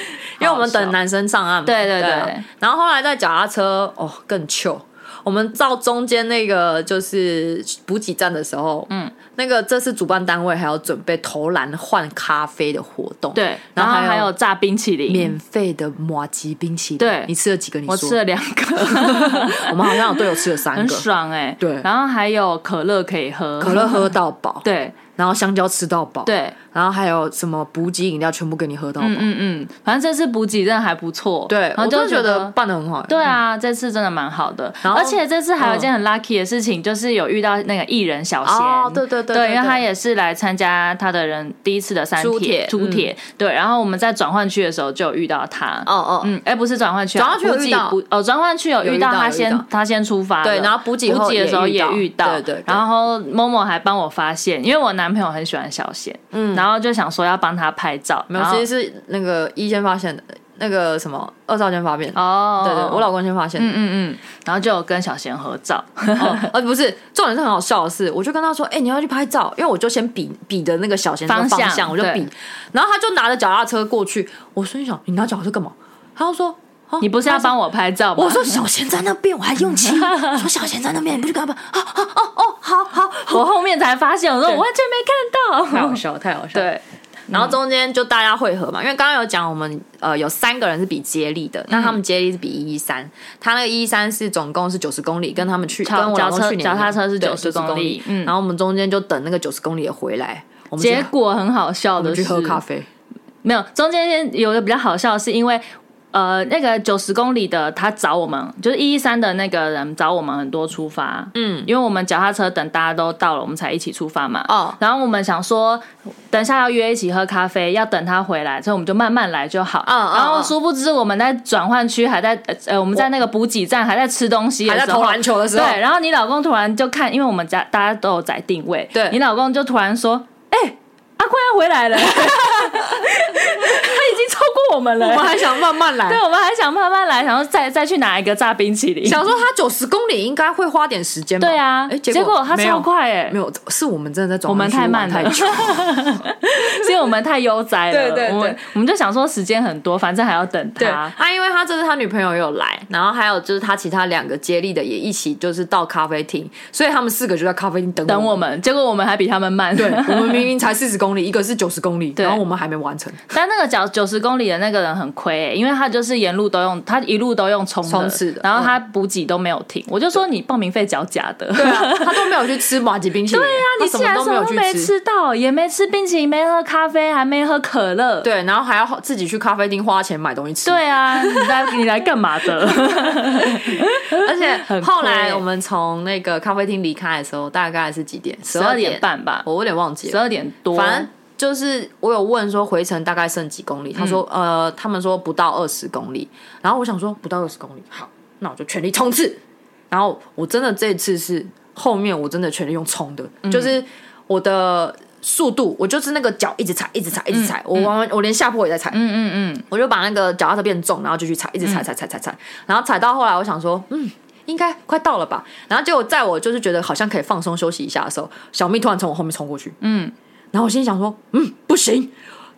A: 为我们
B: 好好
A: 等
B: 笑
A: 男生上岸嘛。
B: 对对
A: 啊
B: 对
A: 然后后来在脚踏车，哦，更糗。我们到中间那个就是补给站的时候，嗯，那个这次主办单位还要准备投篮换咖啡的活动，
B: 对，
A: 然
B: 然
A: 后
B: 后
A: 还有
B: 还有炸冰淇淋，
A: 免费的马吉冰淇淋，
B: 对
A: 你吃了几个？你说
B: 我吃了两
A: <laughs>
B: 个，
A: 我们好像有队友吃了三
B: 很
A: 个，
B: 爽哎。
A: 对
B: 然后还有可乐可以喝，
A: 可乐喝到饱，
B: 对
A: 然后香蕉吃到饱，，
B: 对，
A: 然后还有什么补给饮料全部给你喝到饱，
B: 嗯嗯，反正这次补给真的还不错，
A: 对，
B: 然
A: 我
B: 后
A: 就
B: 就
A: 觉得。办的很好，
B: 对啊，这次真的蛮好的，
A: 然后
B: 而且这次还有一件很 lucky 的事情，就是有遇到那个艺人小贤，
A: 哦，对对对
B: 对，因为他也是来参加他的人第一次的三
A: 珠铁
B: 铁
A: 嗯
B: 铁，对，然后我们在转换区的时候就有遇到他，
A: 哦哦，
B: 嗯，哎，不是转换区啊，
A: 转换区有
B: 补给
A: 遇到
B: 补哦，转换区有
A: 有遇
B: 遇到
A: 到有
B: 他
A: 遇
B: 先
A: 到
B: 他先出发了，
A: 对然后补给后
B: 补给的时候
A: 也遇到
B: 也遇到，
A: 对对对
B: 然后 Momo 还帮我发现，因为我男朋友很喜欢小贤，嗯，然后就想说要帮他拍照，
A: 没有，
B: 然后
A: 其实是那个一先发现的，那个什么二少先发现的，
B: 哦，
A: 对对，我
B: 老
A: 老公先发现的，
B: 嗯嗯嗯，然后就有跟小贤合
A: <laughs>
B: 照，
A: 哦，呃不是，重点是很好笑的是，我就跟他说，哎，你要去拍照，因为我就先比比的那个小贤的
B: 方向
A: 方向，我就比
B: 对，
A: 然后他就拿着脚踏车过去，我心想你拿脚踏车干嘛？他就说。啊
B: 你不是要
A: 他说
B: 帮我拍照吗？
A: 我说小贤在那边，我还用
B: <laughs>
A: 亲。我说小贤在那边，你不去干嘛？
B: 嗯
A: 啊啊哦哦，好好，
B: 我后面才发现，我说我完全没看
A: 太好
B: 到，
A: 笑，太好笑。
B: 对。
A: 然后中间就大家汇合嘛，因为刚刚有讲我们呃有三个人是比接力
B: 嗯
A: 的，那他们接力是比一一三，他那个一一三是总共是九十公里，跟他们去
B: 脚
A: 跟我老公
B: 脚车
A: 去年一样
B: 脚踏车是
A: 对
B: 90
A: 90公
B: 公里嗯
A: 然后我们中间就等那个九十公里的回来，我们去
B: 结果很好笑
A: 我们
B: 的
A: 去
B: 是，
A: 喝咖啡，
B: 没有，中间有一个比较好笑，是因为呃，那个九十公里的他找我们，就是一一三的那个人找我们很多出发，
A: 嗯，
B: 因为我们脚踏车等大家都到了，我们才一起出发嘛。
A: 哦
B: 然后我们想说，等一下要约一起喝咖啡，要等他回来，所以我们就慢慢来就好。
A: 嗯嗯
B: 然后
A: 嗯
B: 殊不知我们在转换区还在呃呃，我们在那个补给站还在吃东西的
A: 还
B: 时候，
A: 在投篮球的时候，
B: 哦对，然后你老公突然就看，因为我们家大家都有在定位，
A: 对
B: 你老公就突然说：“哎、阿坤要回来了，他 <laughs> 已经超过我们了、
A: 我们还想慢慢来
B: 对，，我们还想慢慢来，想要再再去拿一个炸冰淇淋。
A: 想说他九十公里应该会花点时间吧，
B: 对啊，
A: 哎，
B: 结
A: 果
B: 他
A: 没
B: 超
A: 有。
B: 快哎、
A: 没有，是我们真的在转
B: 我们
A: 弯区
B: 太慢
A: 玩太
B: 了 <laughs>
A: 久，
B: 是因为我们太悠哉了，
A: 对对对
B: 我们我们就想说时间很多，反正还要等
A: 对，
B: 他。
A: <laughs> 啊，因为他这次他女朋友也有来，然后还有就是他其他两个接力的也一起就是到咖啡厅，所以他们四个就在咖啡厅等
B: 等我
A: 我们。
B: 们，结果我们还比他们慢。 <laughs>
A: 对，我们明明才四十公里，一个是九十公里，然后我们还没完成，
B: 但那个脚九十公里的那个人很亏、欸，因为他就是沿路都用，他一路都用冲的，
A: 冲刺的嗯
B: 然后他补给都没有停。我就说你报名费缴假的，对
A: 对
B: <laughs>
A: 啊，他都没有去吃马吉冰淇淋，对啊
B: 啊，你
A: 什
B: 竟然
A: 么都
B: 什么
A: 没有
B: 都没
A: 去。
B: 吃到，也没吃冰淇淋，没喝咖啡，还没喝可乐，
A: 对，然后还要自己去咖啡厅花钱买东西吃，
B: 对啊，你来 <laughs> 你来干嘛的？
A: 而且
B: <laughs> 很
A: 后来
B: 亏
A: 我们从那个咖啡厅离开的时候，大概是几点？十
B: 十二点
A: 点，
B: 半吧，
A: 我有点忘记
B: 十
A: 了，
B: 二点多，
A: 反正。就是我有问说回程大概剩几公里，他说、
B: 嗯
A: 呃，他们说不到二十公里，然后我想说不到二十公里，好，那我就全力冲刺。然后我真的这次是后面我真的全力用冲的，
B: 嗯
A: 就是我的速度，我就是那个脚一直踩，一直踩，一直踩，我完完我连下坡也在踩，
B: 嗯嗯嗯，
A: 我就把那个脚踏车变重，然后就去踩，一直踩踩踩踩踩，然后踩到后来，我想说，嗯，应该快到了吧。然后结果在我就是觉得好像可以放松休息一下的时候，小蜜突然从我后面冲过去，嗯，然后我心里想说，嗯，不行。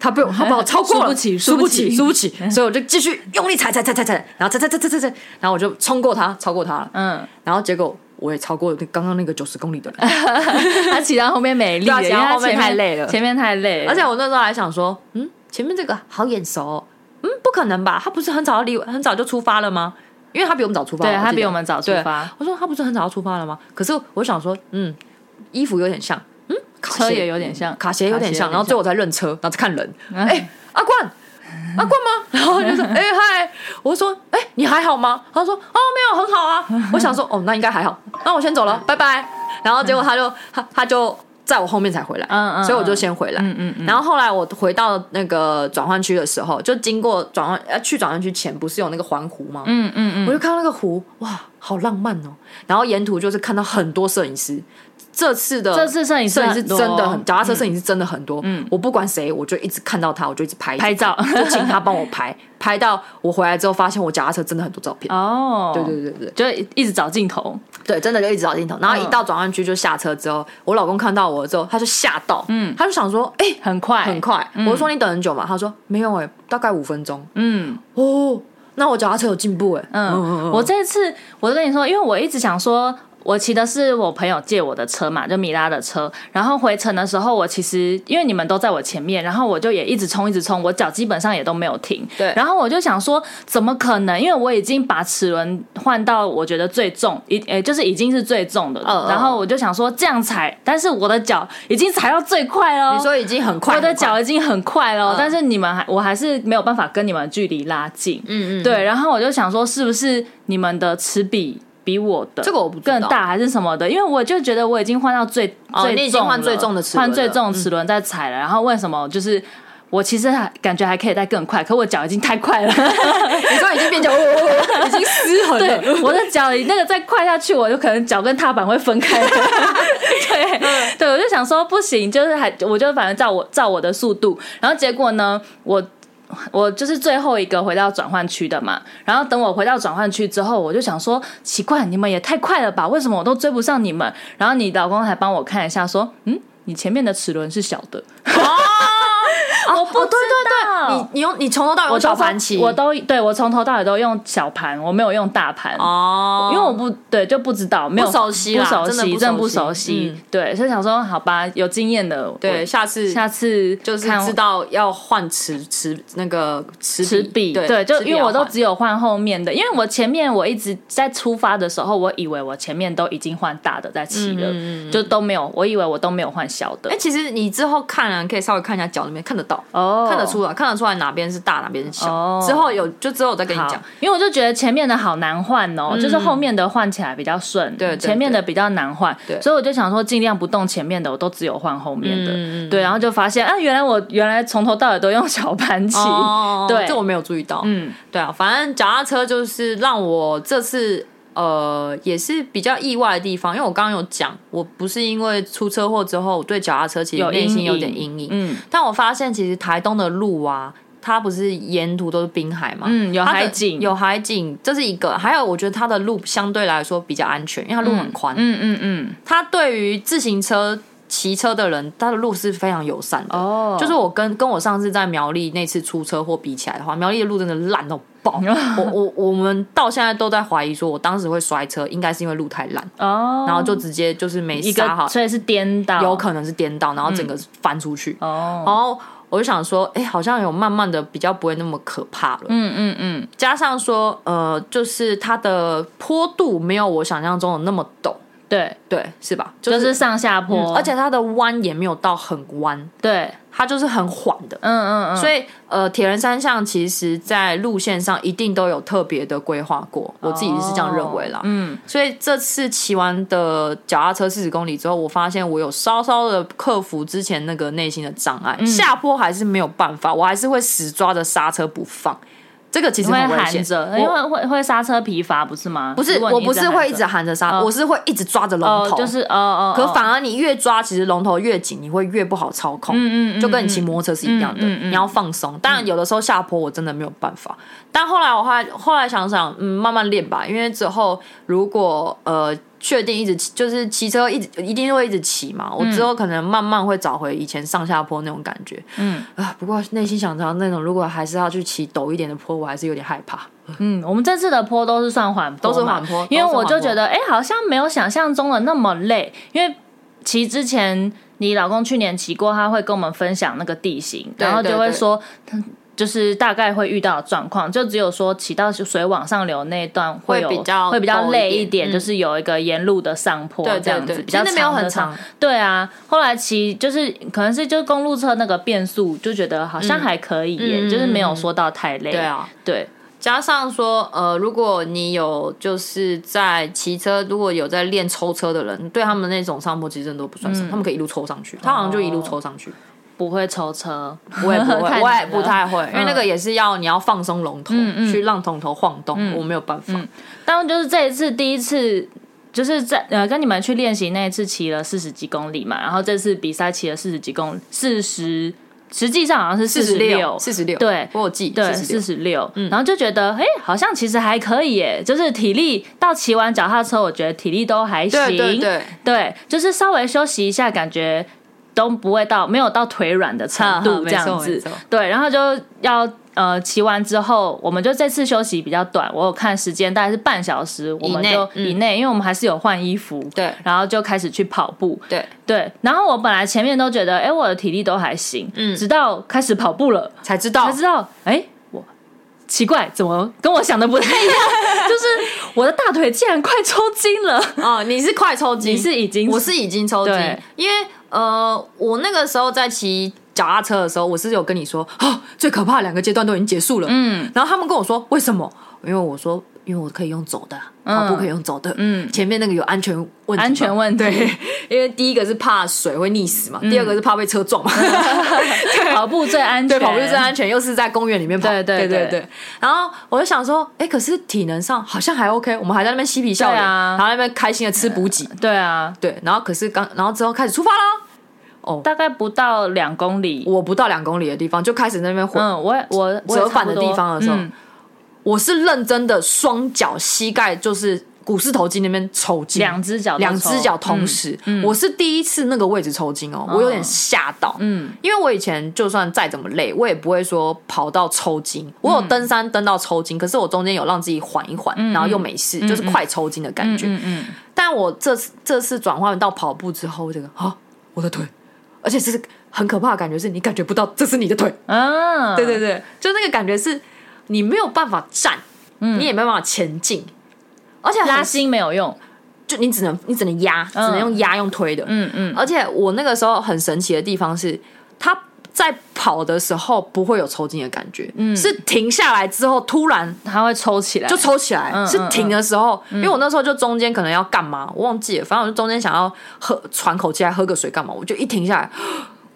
A: 他
B: <laughs>
A: 被我，他把我超过了，
B: 输不起嗯
A: 输不起，输
B: 输
A: 不
B: <laughs>
A: 起，所以我就继续用力踩踩踩踩踩，然后踩踩踩踩踩踩，然后我就冲过他，超过他了，
B: 嗯，
A: 然后结果我也超过那刚刚那个九十公里的人，
B: <laughs> 他骑到后面没力了，
A: 对啊骑
B: 因
A: 到
B: 为他
A: 后面
B: 前
A: 太累了
B: 前面太累了，
A: 而且我那时候还想说，嗯，前面这个好眼熟、哦，嗯，不可能吧？他不是很早要离我，很早就出发了吗？因为他比我们早出发，
B: 对
A: 记
B: 他
A: 得
B: 比我们早出。
A: 对
B: 发，
A: 我说他不是很早要出发了吗？可是我想说，嗯，衣服有点像，嗯，卡
B: 车
A: 鞋
B: 也有点像，
A: 卡鞋有点像，然后最后我才认车，然后才看人。
B: 嗯
A: 哎、阿冠，阿冠 <laughs> 吗？然后就说，哎、嗨，我说，哎、 <laughs> 你还好吗？他说，哦，没有，很好啊。我想说，哦，那应该还好，那我先走了，拜拜。然后结果他就他他就在我后面才回来，
B: 嗯嗯
A: 所以我就先回来，
B: 嗯嗯嗯
A: 然后后来我回到那个转换区的时候，就经过转换呃去转换区前不是有那个环湖吗？
B: 嗯嗯嗯，
A: 我就看到那个湖，哇，好浪漫哦！然后沿途就是看到很多摄影师。这次的
B: 这次摄影师
A: 呃摄影师
B: 很多嗯
A: 真的很，脚踏车摄影师真的很多。我不管谁，我就一直看到他，我就一直拍
B: 拍照
A: 就请他帮我拍，拍到我回来之后，发现我脚踏车真的很多照片。
B: 哦，
A: 对对对对
B: 就一直找镜头，
A: 对，真的就一直找镜头。然后一
B: 嗯
A: 到转换区就下车之后，我老公看到我之后，他就吓到，嗯，他就想说，哎、
B: 很快，
A: 很，快。我就说你等很久嘛，他说没有哎、大概五分钟。
B: 嗯
A: 哦，那我脚踏车有进步哎、
B: 嗯，我这次我跟你说，因为我一直想说。我骑的是我朋友借我的车嘛，就米拉的车。然后回程的时候，我其实因为你们都在我前面，然后我就也一直冲，一直冲，我脚基本上也都没有停。
A: 对
B: 然后我就想说，怎么可能？因为我已经把齿轮换到我觉得最重，一诶、就是已经是最重的了。
A: 嗯嗯
B: 然后我就想说这样踩，但是我的脚已经踩到最快了哦。
A: 你说已经很快，
B: 我的
A: 很快
B: 脚已经很快了哦，
A: 嗯
B: 但是你们还我还是没有办法跟你们距离拉近。嗯嗯，对。然后我就想说，是不是你们的齿比比我的
A: 这个我不知道
B: 更大还是什么的？因为我就觉得我已经换到最
A: 哦
B: 最
A: 你已经
B: 重
A: 换
B: 了
A: 最重的齿轮
B: 换最
A: 了嗯
B: 重的齿轮在踩了。然后为什么就是？我其实还感觉还可以再更快，可我脚已经太快
A: <laughs>
B: 了，
A: 你说已经变成哦已经失衡了。 <laughs>
B: 对，我的脚那个再快下去，我就可能脚跟踏板会分
A: <laughs>
B: 开。对，对，我就想说不行，就是还我就反正照我照我的速度，然后结果呢，我。我就是最后一个回到转换区的嘛，然后等我回到转换区之后，我就想说奇怪，你们也太快了吧？为什么我都追不上你们？然后你老公还帮我看一下，说，嗯，你前面的齿轮是小的，
A: 哦
B: 我不知道，
A: 你你用你从头到尾
B: 我
A: 用
B: 都
A: 哦小盘棋，
B: 我都对我从头到尾都用小盘，我没有用大盘
A: 哦
B: 因为我不对就不知道，没有
A: 不熟悉啦
B: 不熟
A: 真的不熟
B: 悉，
A: 悉
B: 真的不熟悉
A: 嗯。
B: 对，所以想说，好吧，有经验的，
A: 对
B: 我
A: 下次
B: 下次
A: 就是
B: 看
A: 知道要换尺尺那个尺
B: 纸
A: 笔，
B: 笔，对，就
A: 尺笔
B: 因为我
A: 要
B: 都
A: 换
B: 只有换后面的，因为我前面我一直在出发的时候，我以为我前面都已经换大的在骑
A: 嗯
B: 了，就都没有，我以为我都没有换小的
A: 哎，。其实你之后看啊，可以稍微看一下脚那边看得到，
B: 哦，
A: 看得出来，看得出来哪边是大，哪边是小。
B: 哦
A: 之后有就之后我再跟你
B: 好
A: 讲，，嗯
B: 因为我就觉得前面的好难换哦，就是后面的换起来比较顺，
A: 对对
B: 前面的比较难换，
A: 对嗯
B: 所以我就想说尽量不动前面的，我都只有换后面的，对，然后就发现啊，原来我原来从头到尾都用小盘棋，
A: <laughs> 哦
B: 对
A: 这我没有注意到。
B: 嗯，
A: 对啊，反正脚踏车就是让我这次呃也是比较意外的地方，因为我刚刚有讲，我不是因为出车祸之后，我对脚踏车其实
B: 有
A: 内
B: 阴
A: 心
B: 影，
A: 有点阴影。
B: 嗯
A: 但我发现其实台东的路啊，它不是沿途都是滨海嘛，
B: 嗯，有
A: 它的
B: 海景，
A: 有海景，这是一个。还有，我觉得它的路相对来说比较安全，因为它路很宽。
B: 嗯嗯嗯，
A: 它对于自行车、骑车的人，它的路是非常友善的。
B: 哦，
A: 就是我跟跟我上次在苗栗那次出车祸比起来的话，苗栗的路真的烂到
B: <laughs>
A: 爆。我我我们到现在都在怀疑，说我当时会摔车，应该是因为路太烂，
B: 哦，
A: 然后就直接就是没
B: 一
A: 刹
B: 个，
A: 好，
B: 所以是颠倒，
A: 有可能是颠倒，然后整个翻出去。
B: 哦，
A: 然后我就想说，哎、好像有慢慢的比较不会那么可怕了。
B: 嗯嗯嗯，
A: 加上说，呃，就是它的坡度没有我想象中的那么陡，
B: 对，
A: 对，是吧？就
B: 就是上下
A: 嗯
B: 坡，
A: 而且它的弯也没有到很弯，
B: 对，
A: 它就是很缓的。
B: 嗯嗯嗯，
A: 所以，呃，铁人三项其实在路线上一定都有特别的规划过，我自己是这样认为啦。
B: 哦嗯。
A: 所以这次骑完的脚踏车四十公里之后，我发现我有稍稍的克服之前那个内心的障
B: 嗯
A: 碍，下坡还是没有办法，我还是会死抓着刹车不放。这个其实
B: 会
A: 很危
B: 含
A: 险，
B: 着，因
A: 我
B: 为会会刹车疲乏，不是吗？
A: 不是
B: 如果你
A: 我不是会一直
B: 含
A: 含着刹，我是会一直抓着
B: 着
A: 龙
B: 哦，
A: 头，
B: 就是哦哦，
A: 可
B: 哦
A: 反而你越抓，其实龙头越紧，你会越不好操控。
B: 嗯嗯嗯
A: 就跟你骑摩托车是一样的，
B: 嗯嗯嗯
A: 你要放松。当然，有的时候下坡我真的没有办法。但后来我后来后来想想，嗯，慢慢练吧，因为之后如果呃确定一直骑，就是骑车一直一定会一直骑
B: 嗯
A: 嘛，我之后可能慢慢会找回以前上下坡那种感觉。
B: 嗯
A: 啊，不过内心想着那种如果还是要去骑陡一点的坡，我还是有点害怕。
B: 嗯，我们这次的坡都是算缓坡嘛，
A: 都是缓坡
B: 因为我
A: 都
B: 就是
A: 缓坡
B: 觉得哎，好像没有想象中的那么累，因为骑之前你老公去年骑过，他会跟我们分享那个地形，
A: 对
B: 然后就
A: 对
B: 会
A: 对
B: 说。嗯就是大概会遇到的状况，就只有说骑到水往上流那一段会有
A: 会比较
B: 会比较
A: 陡一
B: 累
A: 点
B: 一点，
A: 嗯
B: 就是有一个沿路的上坡
A: 对对
B: 这样子，
A: 对
B: 比较
A: 其实那没有
B: 的
A: 很
B: 上
A: 长
B: 对啊，后来骑就是可能是就是公路车那个变速，就觉得好像还可以耶，
A: 嗯嗯
B: 就是没有说到太累。
A: 对啊，
B: 对，
A: 加上说，呃，如果你有就是在骑车，如果有在练抽车的人，对他们那种上坡其实真的都不算
B: 嗯
A: 什么，他们可以一路抽上去，他好像就一路抽上
B: <laughs>
A: 去。
B: 不会抽车，
A: 我也不会，
B: <laughs> 太
A: 我
B: 难
A: 也不
B: 了嗯
A: 太会，因为那个也是要你要放松龙头，去让龙头晃动，
B: 嗯
A: 我没有办法。
B: 但就是这一次第一次，就是在呃跟你们去练习那一次骑了四十几公里嘛，然后这次比赛骑了四十几公四十，实际上好像是四十六，
A: 四十六，
B: 对
A: 我有记，
B: 对，
A: 四
B: 四
A: 十嗯
B: 十六，然后就觉得哎、诶好像其实还可以耶，就是体力到骑完脚踏车，我觉得体力都还行，
A: 对对对，
B: 对就是稍微休息一下，感觉都不会到没有到腿软的程度
A: 嗯没
B: 这
A: 错
B: 样
A: 没
B: 子
A: 错，
B: 对，然后就要。呃，骑完之后，我们就这次休息比较短，我有看时间，大概是半小时，我们
A: 以内
B: 就
A: 嗯
B: 以内，因为我们还是有换衣服，
A: 对
B: 然后就开始去跑步，
A: 对，
B: 对，然后我本来前面都觉得，哎、我的体力都还行，
A: 嗯
B: 直到开始跑步了，
A: 才知道
B: 才知道，哎、我奇怪，怎么跟我想的不
A: <laughs>
B: 太一样？就是我的大腿竟然快抽筋了，
A: 哦，你是快抽筋，
B: 你是已经
A: 我是已经抽筋
B: 对，
A: 因为呃，我那个时候在骑脚踏车的时候，我是有跟你说， <gasps> 哦，最可怕的两个阶段都已经结束了，嗯，然后他们跟我说为什么？因为我说。因为我可以用走的，跑步可以用走的。嗯，前面那个有安全问题嘛，
B: 安全问题嗯
A: 对， <laughs> 因为第一个是怕水会溺死嘛，第二个是怕被车
B: <laughs>
A: 撞嘛。 <laughs>
B: 跑步最安全，
A: 对，跑步最安全，又是在公园里面跑，
B: 对
A: 对
B: 对
A: 对
B: 对
A: 然后我就想说，哎，可是体能上好像还 OK，我们还在那边嬉皮笑脸，
B: 对啊
A: 然后在那边开心的吃补给，
B: 对啊，
A: 对，然后可是刚，然后之后开始出发了，
B: 大概不到两公里，
A: 我不到两公里的地方就开始那边回，
B: 嗯，我也我我也
A: 折返的
B: 差不多
A: 地方的时候
B: 嗯
A: 我是认真的，双脚膝盖就是股四头肌那边抽筋，
B: 两只脚都
A: 两只
B: 抽嗯
A: 脚同时，我是第一次那个位置抽筋哦，我有点吓到，嗯，因为我以前就算再怎么累，我也不会说跑到抽
B: 嗯
A: 筋，我有登山登到抽筋，可是我中间有让自己缓一缓，然后又没事，就是快抽筋的感觉，
B: 嗯嗯，
A: 但我这次这次转换到跑步之后，我这个啊，我的腿，而且这是很可怕的感觉，是你感觉不到这是你的腿，
B: 嗯，
A: 对对对，就那个感觉是你没有办法站，你也没有办法前进，而且很
B: 嗯拉筋没有用，
A: 就你只能你只能压，只能用压用推的，
B: 嗯嗯，
A: 而且我那个时候很神奇的地方是，他在跑的时候不会有抽筋的感觉，
B: 嗯
A: 是停下来之后突然
B: 它会抽起来，
A: 就抽起来，
B: 嗯
A: 是停的时候，因为我那时候就中间可能要干嘛，我忘记了，反正我就中间想要喝喘口气，还喝个水干嘛，我就一停下来，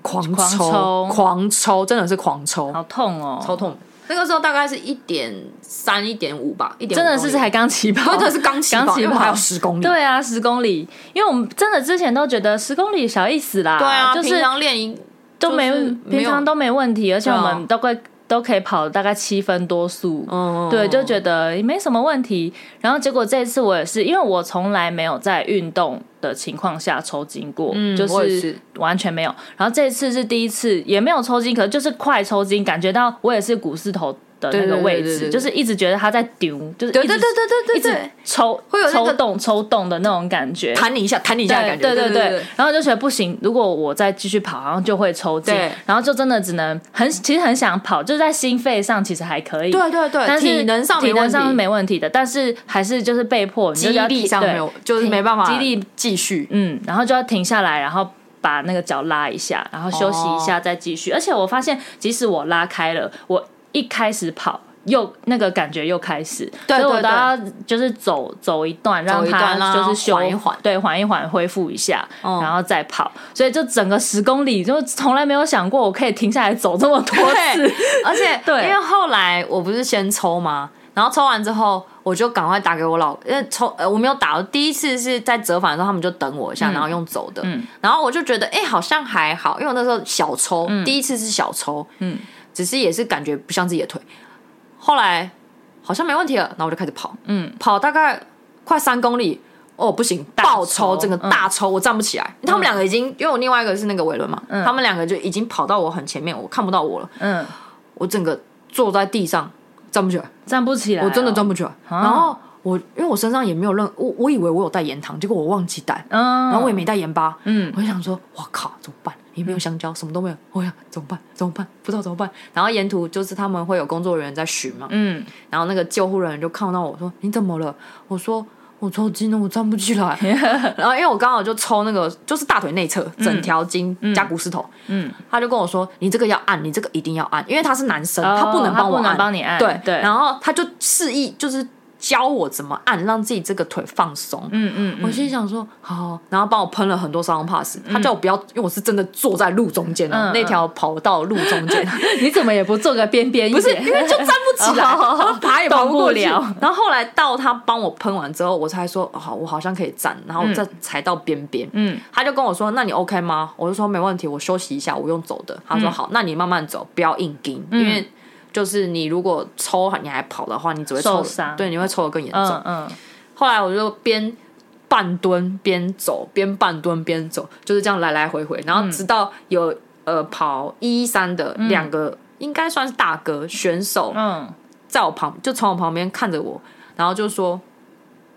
A: 狂抽，狂
B: 狂抽
A: 抽真的是狂抽，
B: 好痛哦，
A: 超痛。那个时候大概是一点三、一点五吧，一点
B: 真的是才刚起跑，
A: <laughs> 真的是刚起跑，
B: 刚起
A: 因为
B: 跑
A: 我还有十公里。
B: 对啊，十公里，因为我们真的之前都觉得十公里小意思啦，
A: 对啊，
B: 就是
A: 平常练一
B: 都没、
A: 就是没有
B: 平常都没问题，而且
A: 对啊
B: 我们都会都可以跑大概七分多速，
A: 嗯
B: 对，就觉得没什么问题。然后结果这次我也是，因为我从来没有在运动的情况下抽筋过，
A: 嗯
B: 就
A: 我也是
B: 完全没有。然后这次是第一次，也没有抽筋，可能就是快抽筋，感觉到我也是股四头。的那个
A: 对对对
B: 位
A: 对对
B: 置，
A: 对
B: 就是一直觉得它在丢，就是一
A: 对
B: 直
A: 对对对对对
B: 一直
A: 对，
B: 抽，
A: 会有那个
B: 抽动抽动的那种感觉，
A: 弹你一下，弹你一下的感觉，
B: 对
A: 对
B: 对然后就觉得不行，如果我再继续跑，好像就会抽筋
A: 对，
B: 然后就真的只能很，其实很想跑，就是在心肺上其实还可以，
A: 对对对
B: 但是
A: 呃体能上没
B: 体
A: 问题
B: 能上是没问题的，但是还是就是被迫你就
A: 激
B: 要
A: 励上
B: 对
A: 没有，就是没办法，
B: 激励，
A: 继续。
B: 嗯，然后就要停下来，然后。把那个脚拉一下，然后休息一
A: 哦
B: 下再继续。而且我发现，即使我拉开了，我一开始跑又那个感觉又开始，
A: 对
B: 所以我
A: 对
B: 都
A: 对
B: 要就是走走一段，让
A: 走一段
B: 它
A: 让它
B: 就是休
A: 缓一缓哦
B: 对，缓一缓，恢复一下，然后再跑。所以就整个十公里，就从来没有想过我可以停下来走这么多次。
A: <laughs> 而且
B: 对
A: 因为后来我不是先抽吗？然后抽完之后，我就赶快打给我老，因为抽呃我没有打，我第一次是在折返的时候，他们就等我一下，然后用走的，然后我就觉得哎、好像还好，因为我那时候小抽，第一次是小抽，嗯，只是也是感觉不像自己的腿，后来好像没问题了，然后我就开始跑，嗯，跑大概快三公里。哦，不行，
B: 大
A: 爆
B: 抽
A: 抽，嗯整个大抽，我站不起来。他们两个已经，因为我另外一个是那个伟伦嘛，他们两个就已经跑到我很前面，我看不到我了。
B: 嗯，
A: 我整个坐在地上站不起来，
B: 站不起来哦、
A: 我真的站不起来。然后我因为我身上也没有任我我以为我有带盐糖，结果我忘记带，
B: 嗯，
A: 然后我也没带盐巴。
B: 嗯
A: 我就想说，我靠，怎么办？也没有香蕉，什么都没有。我想怎么办？怎么办？不知道怎么办。然后沿途就是他们会有工作人员在巡嘛，
B: 嗯
A: 然后那个救护人员就看到我说：“你怎么了？”我说：“我我抽筋了，我站不起
B: <laughs>
A: 来。然后因为我刚好就抽那个，就是大腿内侧整条筋加股四头，嗯，他就跟我说：“你这个要按，你这个一定要按，因为他是男生，
B: 哦
A: 他不能帮我
B: 他不能
A: 按，
B: 帮你按
A: 对
B: 对
A: 然后他就示意就是教我怎么按，让自己这个腿放松。
B: 嗯嗯
A: 我心里想说好，然后帮我喷了很多沙龙 pass，他叫我不要，因为我是真的坐在路中间哦
B: 嗯，
A: 那条跑道路中
B: <laughs>
A: 间，
B: 嗯，你怎么也不做个边边一
A: 不
B: 点？
A: 是因为就站不起来，
B: 哦
A: 然后 <laughs> 爬也爬
B: 动不
A: 过去
B: 了。
A: 然后后来到他帮我喷完之后，我才说哦好，我好像可以站，然后再踩到边边。
B: 嗯，
A: 他就跟我说：“那你 OK 吗？”我就说：“没问题，我休息一下，我用走
B: 嗯
A: 的。”他说：“好，那你慢慢走，不要硬盯，因为就是你如果抽你还跑的话，你只会抽
B: 受伤
A: 对，你会抽的更严重
B: 嗯。嗯，
A: 后来我就边半蹲边走，边半蹲边走，就是这样来来回回，然
B: 嗯
A: 后直到有、呃跑一三的两个、应该算是大哥选手，
B: 嗯，
A: 在我旁就从我旁边看着我，然后就说。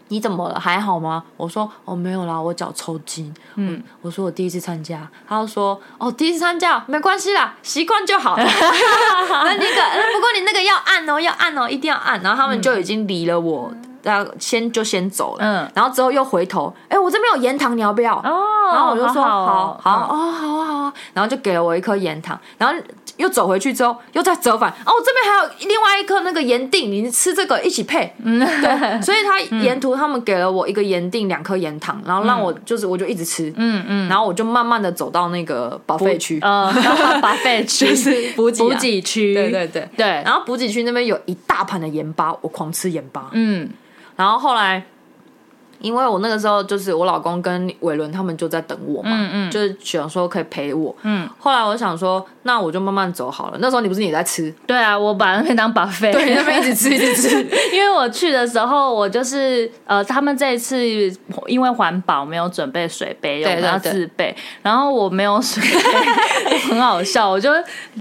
A: 你怎么了？还好吗？我说哦，没有啦，我脚抽筋。嗯，我说我第一次参加，他就说哦，第一次参加没关系啦，习惯就好。那那个，呃不过你那个要按哦，要按哦，一定要按。然后他们就已经离了我，然后先就先走了。
B: 嗯
A: 然后之后又回头，哎，我这边有盐糖，你要不要？
B: 哦，
A: 然后我就说好
B: 好嗯
A: 好哦，好啊好啊，然后就给了我一颗盐糖，然后又走回去之后又再折返，哦，我这边还有另外一颗那个盐锭，你吃这个一起配，嗯，对，所以他沿途他们给了我一个盐锭，两颗盐糖，然后让我就是我就一直吃，
B: 嗯嗯，
A: 然后我就慢慢的走到那个保费区，
B: 呃， <laughs> 把肺区
A: 就是补给啊
B: 补给区，
A: 对对对，
B: 对，
A: 然后补给区那边有一大盘的盐巴，我狂吃盐巴，
B: 嗯
A: 然后后来，因为我那个时候就是我老公跟伟伦他们就在等我嘛，
B: 嗯嗯
A: 就是想说可以陪我。
B: 嗯，
A: 后来我想说，那我就慢慢走好了。那时候你不是也在吃？
B: 对啊，我把那边当把肺，
A: 对，那边一直吃一直 <laughs> 吃。
B: <laughs> 因为我去的时候，我就是呃，他们这一次因为环保没有准备水杯，
A: 对
B: 我们要
A: 对
B: 自备，然后我没有水杯， <laughs> 很好笑。我就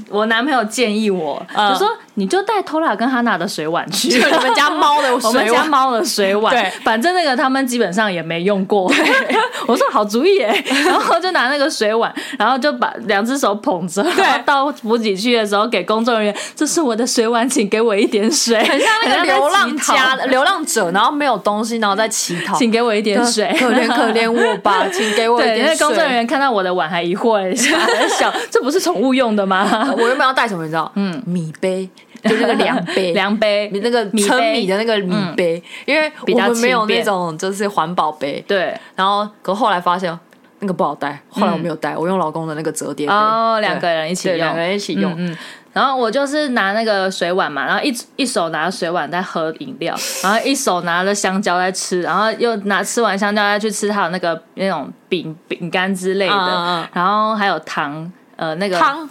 B: 我男朋友建议我，
A: 嗯
B: 就说你就带 Tola 跟哈娜的水碗去， <laughs>
A: 就你们家猫的
B: 我们
A: 水
B: 家
A: 碗
B: 猫的水碗，
A: 对
B: 反正那个他们基本上也没用过。 <laughs> 我说好主
A: <laughs>
B: 意耶，然后就拿那个水碗，然后就把两只手捧着，然后到补给区的时候给工作人员，这是我的水碗，请给我一点水，很
A: 像那个流浪家
B: 的，
A: 流浪者，然后没有东西，然后在乞讨，
B: <laughs> 请给我一点水。
A: 可怜可怜我 <laughs> 吧，请给我一
B: 对，
A: 点
B: 那
A: 水。
B: 工作人员看到我的碗还疑惑了一下，
A: <laughs>
B: 在想这不是宠物用的吗？
A: 我原本要带什么，你知道？嗯，米杯，就 <laughs> 那个 <laughs> 量杯，
B: 量杯
A: 米，那嗯个
B: 米
A: 称
B: 杯
A: 米的那个米杯，因为
B: 比
A: 我
B: 较
A: 们没有
B: 轻便
A: 那种就是环保杯，
B: 对，
A: 然后可后来发现那个不好带，后来我没有带，我用老公的那个折叠杯，
B: 哦，
A: 对
B: 两个人一
A: 嗯
B: 起
A: 对
B: 用，
A: 两个人一起用，
B: 嗯嗯然后我就是拿那个水碗嘛，然后一一手拿水碗在喝饮料，然后一手拿着香蕉在吃，然后又拿吃完香蕉再去吃它有那个那种饼饼干之类的，
A: 嗯嗯嗯
B: 然后还有糖，呃，那个
A: 汤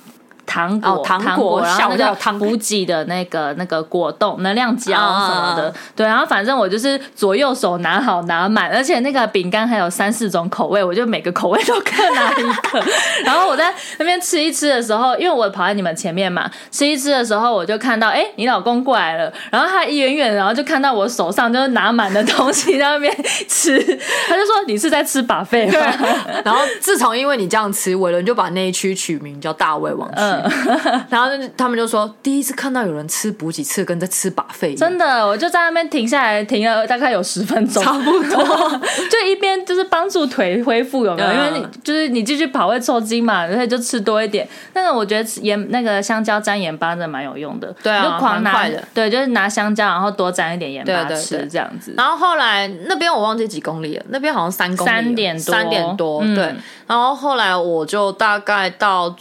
B: 糖果、
A: 哦糖果
B: 果，然
A: 小
B: 后那
A: 料
B: 个
A: 糖
B: 补给的那个那个果冻、能量胶
A: 啊
B: 什么的，对，然后反正我就是左右手拿好拿满，而且那个饼干还有三四种口味，我就每个口味都各拿一
A: <laughs>
B: 个。然后我在那边吃一吃的时候，因为我跑在你们前面嘛，吃一吃的时候我就看到，哎、你老公过来了，然后他远远然后就看到我手上就是拿满的东西在那边吃，他就说你是在吃把费吗？ <laughs>
A: 然后自从因为你这样吃，伟伦就把那一区取名叫大胃王区， <laughs> 然后就他们就说第一次看到有人吃补给次跟在吃把费，
B: 真的，我就在那边停下来，停了大概有十分钟，
A: 差不 <laughs> 多，
B: <laughs> 就一边就是帮助腿恢复有没有？
A: 嗯
B: 因为你就是你继续跑会抽筋嘛，所以就吃多一点。但是我觉得盐那个香蕉沾盐巴真的蛮有用的，
A: 对啊
B: 你就狂
A: 蛮
B: 拿
A: 快的，
B: 对，就是拿香蕉然后多沾一点盐巴
A: 对对
B: 吃
A: 对
B: 这样子。
A: 然后后来那边我忘记几公里了，那边好像三公里了，
B: 三点多
A: 三点多，
B: 嗯
A: 对。然后后来我就大概到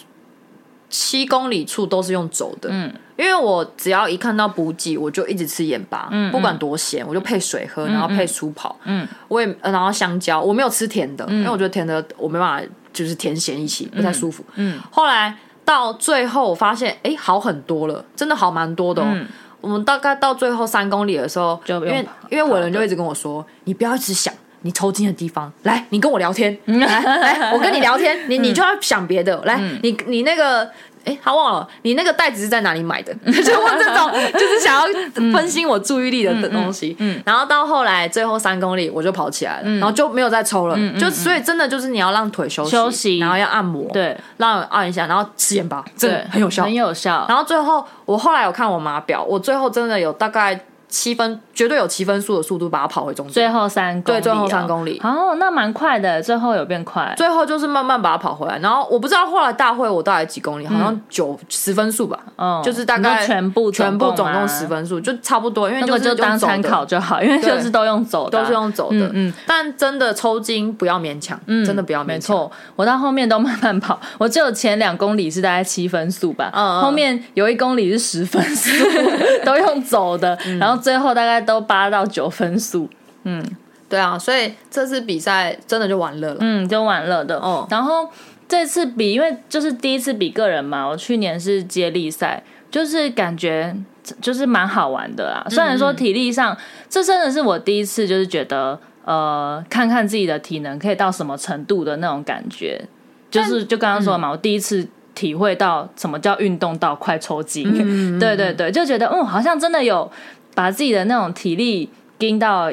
A: 七公里处都是用走的，
B: 嗯，
A: 因为我只要一看到补给，我就一直吃盐巴，
B: 嗯
A: 不管多咸，我就配水喝，然后配舒跑，
B: 嗯，
A: 我也呃然后香蕉，我没有吃甜的，因为我觉得甜的我没办法，就是甜咸一起不太舒服，
B: 嗯嗯
A: 后来到最后我发现，哎，好很多了，真的好蛮多的、哦，
B: 嗯
A: 我们大概到最后三公里的时候，
B: 就
A: 因
B: 不用
A: 为
B: 跑
A: 因为伟人就一直跟我说，你不要一直想你抽筋的地方，来，你跟我聊
B: <laughs>
A: 天，来来，我跟你聊天，你你
B: 嗯
A: 就要想别的，来，你你那个。哎，他忘了你那个袋子是在哪里买的？ <laughs> 就问这种，就是想要分心我注意力的东西。
B: 嗯嗯嗯嗯嗯
A: 然后到后来最后三公里，我就跑起来了，然后就没有再抽了。就所以真的就是你要让腿休息，
B: 休息
A: 然后要按摩，，
B: 对，
A: 让按一下，然后吃盐巴，真
B: 对
A: 的，哦很有效，
B: 很有效。
A: 然后最后我后来有看我码表，我最后真的有大概七分绝对有七分速的速度把它跑回终点。
B: 最后三公里、
A: 对最后三公里
B: 哦，那蛮快的，最后有变快，
A: 最后就是慢慢把它跑回来，然后我不知道后来大会我到底几公里，好像九十分速吧，
B: 嗯，
A: 就是大概
B: 你说全部
A: 全部总
B: 吗
A: 共十，分速，就差不多，因为
B: 那个
A: 是
B: 就当
A: 用走的
B: 参考就好，因为就是都用走的啊，
A: 都是用走的，
B: 嗯嗯。
A: 但真的抽筋不要勉强，真的不要勉
B: 没
A: 强。
B: 错，我到后面都慢慢跑，我只有前两公里是大概七分速吧，
A: 嗯嗯
B: 后面有一公里是十分
A: <laughs>
B: 速，都用走的，
A: 嗯
B: 然后最后大概都八到九分速，
A: 对啊，所以这次比赛真的就玩乐了。
B: 嗯，就玩乐的。
A: 哦
B: 然后这次比，因为就是第一次比个人嘛，我去年是接力赛，就是感觉就是蛮好玩的啊
A: 嗯
B: 啦。虽然说体力上，这真的是我第一次就是觉得呃，看看自己的体能可以到什么程度的那种感觉，就是就刚刚说
A: 嗯
B: 的嘛，我第一次。体会到什么叫运动到快抽筋，
A: 嗯
B: <laughs> 对对对，就觉得嗯，好像真的有把自己的那种体力盯到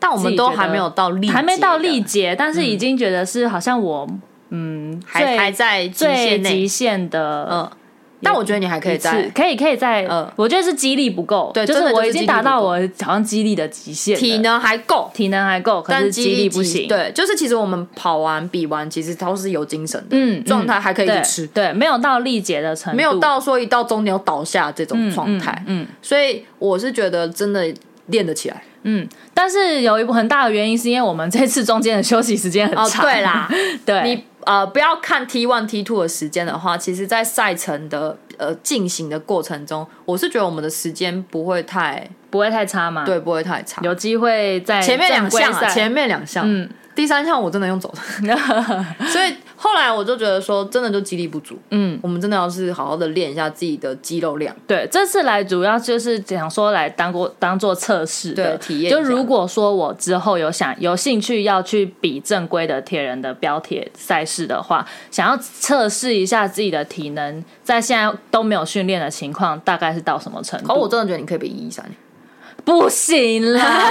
A: 但我们都还没有到力，
B: 还没到力，竭，但是已经觉得是好像我嗯
A: 嗯还
B: 最
A: 还在极
B: 最
A: 限
B: 极
A: 内。
B: 限的
A: 嗯，但我觉得你还可以
B: 一次，
A: 在
B: 可以可以在
A: 嗯，
B: 我觉得是肌力不够，
A: 对
B: 就
A: 真的就是
B: 我已经
A: 肌力
B: 达
A: 不
B: 到
A: 够
B: 我好像肌力的极限了，
A: 体能还够，
B: 体能还够，可
A: 但
B: 是
A: 肌
B: 肌
A: 力
B: 力不
A: 极
B: 行，
A: 对，就是其实我们跑完比完，其实都是有精神的，
B: 嗯，嗯，
A: 状态还可以一直
B: 对
A: 吃
B: 对，没有到力竭的程度，
A: 没有到说一到终点要倒下这种状态。
B: 嗯，嗯
A: 所以我是觉得真的练得起来。
B: 嗯，但是有一部很大的原因是因为我们这次中间的休息时间很
A: 哦，
B: 长，
A: 对，啦，
B: <laughs> 对，
A: 你呃不要看 T one T two 的时间的话，其实在赛程的呃进行的过程中，我是觉得我们的时间不会太
B: 不会太差嘛，，
A: 对，不会太差。
B: 有机会在
A: 前面两
B: 正规
A: 项啊，
B: 赛 <laughs>
A: 前面两项，
B: 嗯
A: 第三项我真的用走的，所以后来我就觉得说，真的就肌力不足，
B: 嗯，
A: 我们真的要是好好的练一下自己的肌肉量。
B: 对，这次来主要就是想说来当过当做测试的
A: 对体验一下
B: 就如果说我之后有想有兴趣要去比正规的铁人的标铁赛事的话，想要测试一下自己的体能，在现在都没有训练的情况，大概是到什么程度？
A: 可我真的觉得你可以比一一三，
B: 不行啦！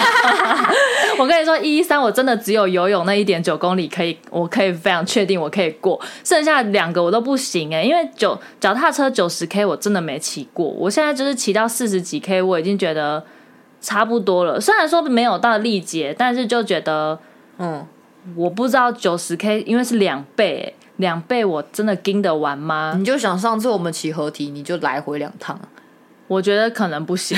B: 我跟你说，一三我真的只有游泳那一点九公里可以，我可以非常确定我可以过，剩下两个我都不行哎、因为九脚踏车九十 K 我真的没骑过，我现在就是骑到四十几 K，我已经觉得差不多了。虽然说没有到力竭，但是就觉得
A: 嗯，
B: 我不知道九十 K，因为是两倍、欸，两倍我真的盯得完吗？
A: 你就想上次我们骑合体，你就来回两趟，啊
B: 我觉得可能不行。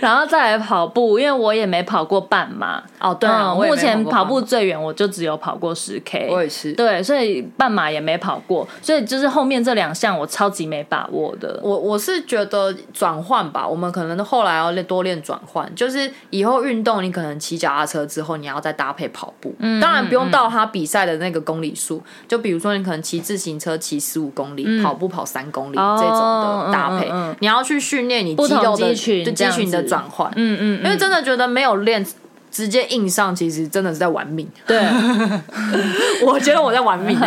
B: 然后再来跑步，因为我也没跑过半马。
A: 哦，对啊，
B: 嗯，
A: 我也
B: 目
A: 没
B: 前
A: 过
B: 跑
A: 半
B: 步最远我就只有跑过十 K，
A: 我也是，
B: 对，所以半马也没跑过，所以就是后面这两项我超级没把握的。
A: 我我是觉得转换吧，我们可能后来要练多练转换，就是以后运动你可能骑脚踏车之后，你要再搭配跑步，
B: 嗯
A: 当然不用到他比赛的那个公里数，就比如说你可能骑自行车骑十五公里，跑步跑三公里、
B: 嗯哦
A: 这种的搭配，
B: 嗯嗯嗯
A: 你要去训练你
B: 不
A: 肌
B: 同
A: 肉的
B: 肌群
A: 对
B: 这
A: 肌
B: 样
A: 群的
B: 子
A: 转换，
B: 嗯嗯，
A: 因为真的觉得没有练。直接硬上，其实真的是在玩命。
B: 对，
A: <laughs> 我觉得我在玩
B: <laughs>
A: 命。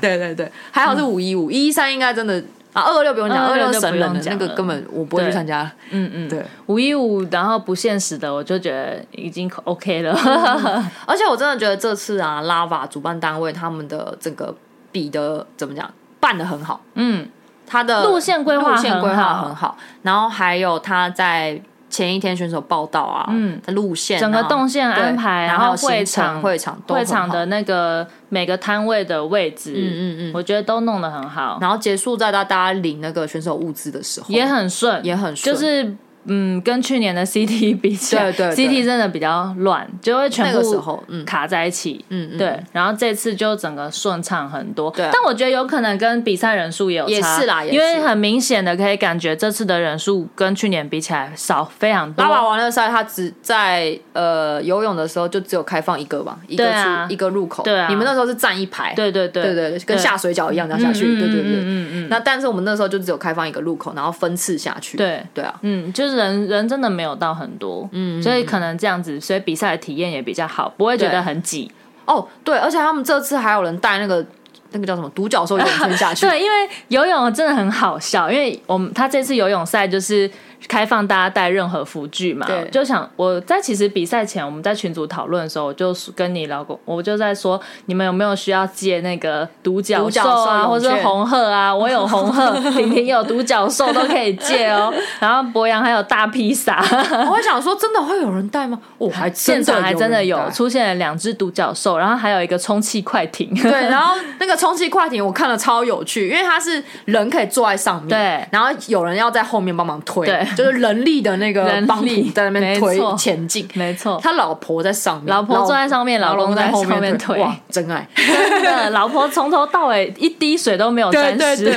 A: 对对对，还好是五一五，一一三应该真的啊，二二六不用讲，二
B: 226
A: 六
B: 嗯就不
A: 神
B: 用
A: 人的
B: 讲
A: 那个
B: 了
A: 根本我不会去
B: 对
A: 参加。
B: 嗯
A: <laughs>
B: 嗯，
A: 对，
B: 五一五，然后不现实的我就觉得已经 OK 了。
A: 嗯而且我真的觉得这次啊，Lava 主办单位他们的整个比的怎么讲，办的很好，
B: 嗯，
A: 他的
B: <laughs> 路线规划
A: 路线
B: 很
A: 规划
B: 好
A: 很好，然后还有他在前一天选手报道啊，
B: 嗯，
A: 路线啊、
B: 整个动线安排，
A: 对然
B: 然
A: 后
B: 会
A: 行程
B: 场
A: 会场都
B: 会
A: 很好
B: 场的，那个每个摊位的位置，
A: 嗯嗯嗯，
B: 我觉得都弄得很好，
A: 然后结束在大家领那个选手物资的时候，
B: 也很顺，
A: 也很顺
B: 就是嗯，跟去年的 CT <laughs> 比起来，
A: 对对对
B: CT 真的比较乱，就会全
A: 那
B: 部
A: 个时候，嗯
B: 卡在一起。
A: 嗯嗯，
B: 对，然后这次就整个顺畅很多，
A: 对啊
B: 但我觉得有可能跟比赛人数也有差，
A: 也是啦也是
B: 因为很明显的可以感觉这次的人数跟去年比起来少非常多。
A: 拉哦瓦完乐赛，他只在呃游泳的时候就只有开放一个吧，一个
B: 对
A: 出、
B: 啊
A: 一个入口。
B: 对啊
A: 你们那时候是站一排，
B: 对对对
A: 对对对，跟下水饺一样这样下去，
B: 嗯嗯
A: 对对对。
B: 嗯嗯嗯嗯
A: 那但是我们那时候就只有开放一个入口，然后分次下去。
B: 对
A: 对啊，
B: 嗯，就是人人真的没有到很多，嗯，所以可能这样子，所以比赛的体验也比较好，不会觉得
A: 对
B: 很挤。
A: 哦对，而且他们这次还有人带那个那个叫什么独
B: <laughs>
A: 角兽泳圈下去。
B: 对，因为游泳真的很好笑，因为我们他这次游泳赛就是开放大家带任何辅具嘛
A: 对，
B: 就想我在其实比赛前我们在群组讨论的时候，我就跟你聊过，我就在说你们有没有需要借那个独角兽
A: 独角兽
B: 啊，
A: 泳
B: 或者是
A: 圈
B: 红鹤啊，我有红鹤，婷婷有独角兽都可以借
A: <laughs>
B: 哦。然后博洋还有大披萨，
A: 我会想说，真的会有人带吗？我还真
B: 现
A: 的
B: 场还真的
A: 有
B: 有
A: 人带
B: 出现了两只独角兽，然后还有一个充气快艇。
A: 对，然后那个充气快艇我看了超有趣，因为它是人可以坐在上面，
B: 对
A: 然后有人要在后面帮忙推，
B: 对
A: 就是人力的那个
B: <laughs> 人力
A: 帮助在那边
B: 没
A: 推
B: 错
A: 前进。
B: <laughs> 没错，
A: 他老婆在上面，
B: 老婆坐在上面，老
A: 老
B: 公
A: 公在
B: 后
A: 面
B: 推，
A: 哇，真
B: <laughs>
A: 爱。
B: 真的，老婆从头到尾一滴水都没有沾湿。
A: 对，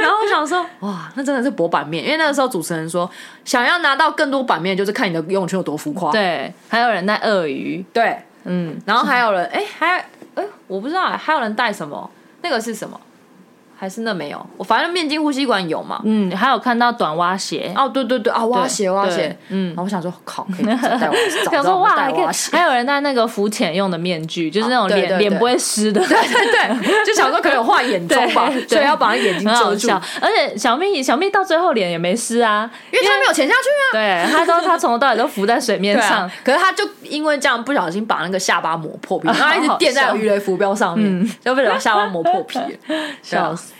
A: 然后我想说， <laughs> 哇，那真的是博版面，因为那个时候主持人说，想要拿到更多版面，就是看你的游泳圈有多浮夸。
B: <laughs> 对还有人带鳄鱼，
A: 对，
B: 嗯，
A: 然后还有人，哎、还哎、我不知道，还有人带什么？那个是什么？还是那没有？我反正面筋呼吸管有嘛。
B: 嗯，还有看到短蛙鞋，
A: 哦，对对对啊，蛙鞋
B: 对
A: 蛙鞋
B: 对，嗯
A: 然后我想说，靠，
B: <laughs>
A: 可以带蛙鞋，早
B: 想
A: 知道
B: 说
A: 我
B: 哇，
A: 带
B: 还可以
A: 蛙鞋， <laughs>
B: 还有人带那个浮潜用的面具，就是那种
A: 啊对对对
B: 脸脸不会湿的。
A: 对对对，就想说可能有画
B: <laughs>
A: 眼妆吧
B: 对，对
A: 所以要把他眼睛
B: <laughs> 很
A: 遮
B: 好
A: 住，
B: 笑，而且小蜜小蜜到最后脸也没湿啊，
A: 因为他没有潜下去啊。
B: 对，她都她从头到尾都浮在水面
A: 对
B: 上
A: 啊，，可是他就因为这样不小心把那个下巴磨破皮，然后他一直
B: <laughs> 好
A: 垫在
B: 笑嗯
A: 鱼雷浮标上面，就被人下巴磨
B: <laughs>
A: 破皮了。对啊
B: 笑死！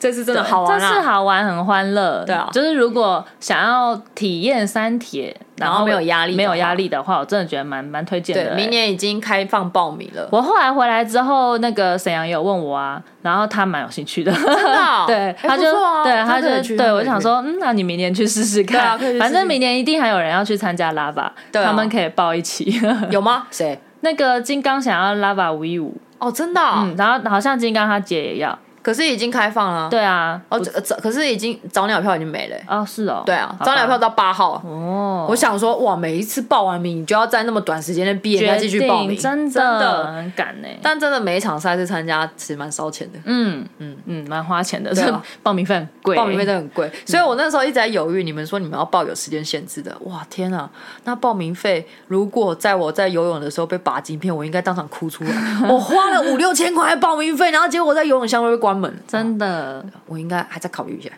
A: 这次真的
B: 对
A: 好玩
B: 这是
A: 啊！
B: 好玩，很欢乐。
A: 对啊
B: 就是如果想要体验三铁，
A: 然
B: 然
A: 后没有压力的话
B: 没有压力的话，我真的觉得蛮蛮推荐的、
A: 对，
B: 欸
A: 明年已经开放报名了。
B: 我后来回来之后，那个沈阳有问我啊，然后他蛮有兴趣的，
A: 的哦
B: <laughs> 对，
A: 哎
B: 他就、
A: 不错啊
B: 对，
A: 他
B: 他
A: 可以
B: 就
A: 去他
B: 对
A: 可以
B: 我想说，嗯，那你明年去试试
A: 对啊
B: 看，
A: 可以去试试
B: 反正明年一定还有人要去参加拉吧，
A: 对啊
B: 他们可以报一起。 <laughs>
A: 有吗？谁？
B: 那个金刚想要拉吧五一五，
A: 哦，真的哦、
B: 嗯，然后好像金刚他姐也要，
A: 可是已经开放了啊。
B: 对啊，
A: 哦，这这可是已经早鸟票已经没了欸。
B: 哦是哦，
A: 对啊，
B: 好吧
A: 早鸟票到八号。
B: 哦，
A: 我想说，哇，每一次报完名，你就要在那么短时间内毕业再继续报名，
B: 真
A: 的。
B: 很赶呢。
A: 但真的每一场赛事参加其实蛮烧钱的，
B: 嗯嗯嗯，蛮花钱的，
A: 对
B: 这
A: 啊
B: <laughs> 报名费很贵，
A: 报名费都很贵，
B: 嗯
A: 所以我那时候一直在犹豫。你们说你们要报有时间限制的，哇天啊！那报名费如果在我在游泳的时候被拔金片，我应该当场哭
B: <laughs>
A: 出来。我花了五六千块报名费，然后结果我在游泳箱都被关门，
B: 真的，
A: 我应该还在考虑一
B: <laughs>
A: 下。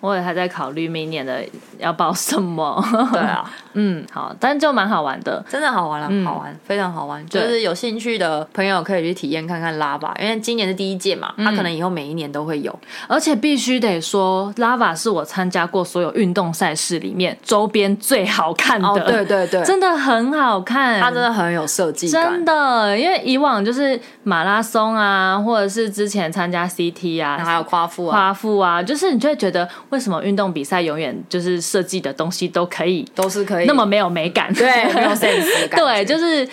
B: 我也还在考虑明年的要报什么。
A: 对，啊，
B: 嗯，好，但就蛮好玩的。
A: 真的好玩啊，好玩，非常好玩。就
B: 嗯对
A: 是有兴趣的朋友可以去体验看看拉吧，因为今年是第一届
B: 嗯
A: 嘛，他可能以后每一年都会
B: <laughs>
A: 有。
B: 而且必须得说，Lava 是我参加过所有运动赛事里面周边最好看的，
A: 哦，对对对，
B: 真的很好看，
A: 他真的很有设计
B: 真
A: 感。
B: 的，因为以往就是马拉松啊，或者是之前参加 CT 啊，
A: 然后还有夸父啊，
B: 夸父啊，就是你就会觉得为什么运动比赛永远就是设计的东西都可以
A: 都是可以
B: 那么没有美感，
A: 对没有 sense 的感觉。
B: <laughs> 对，就是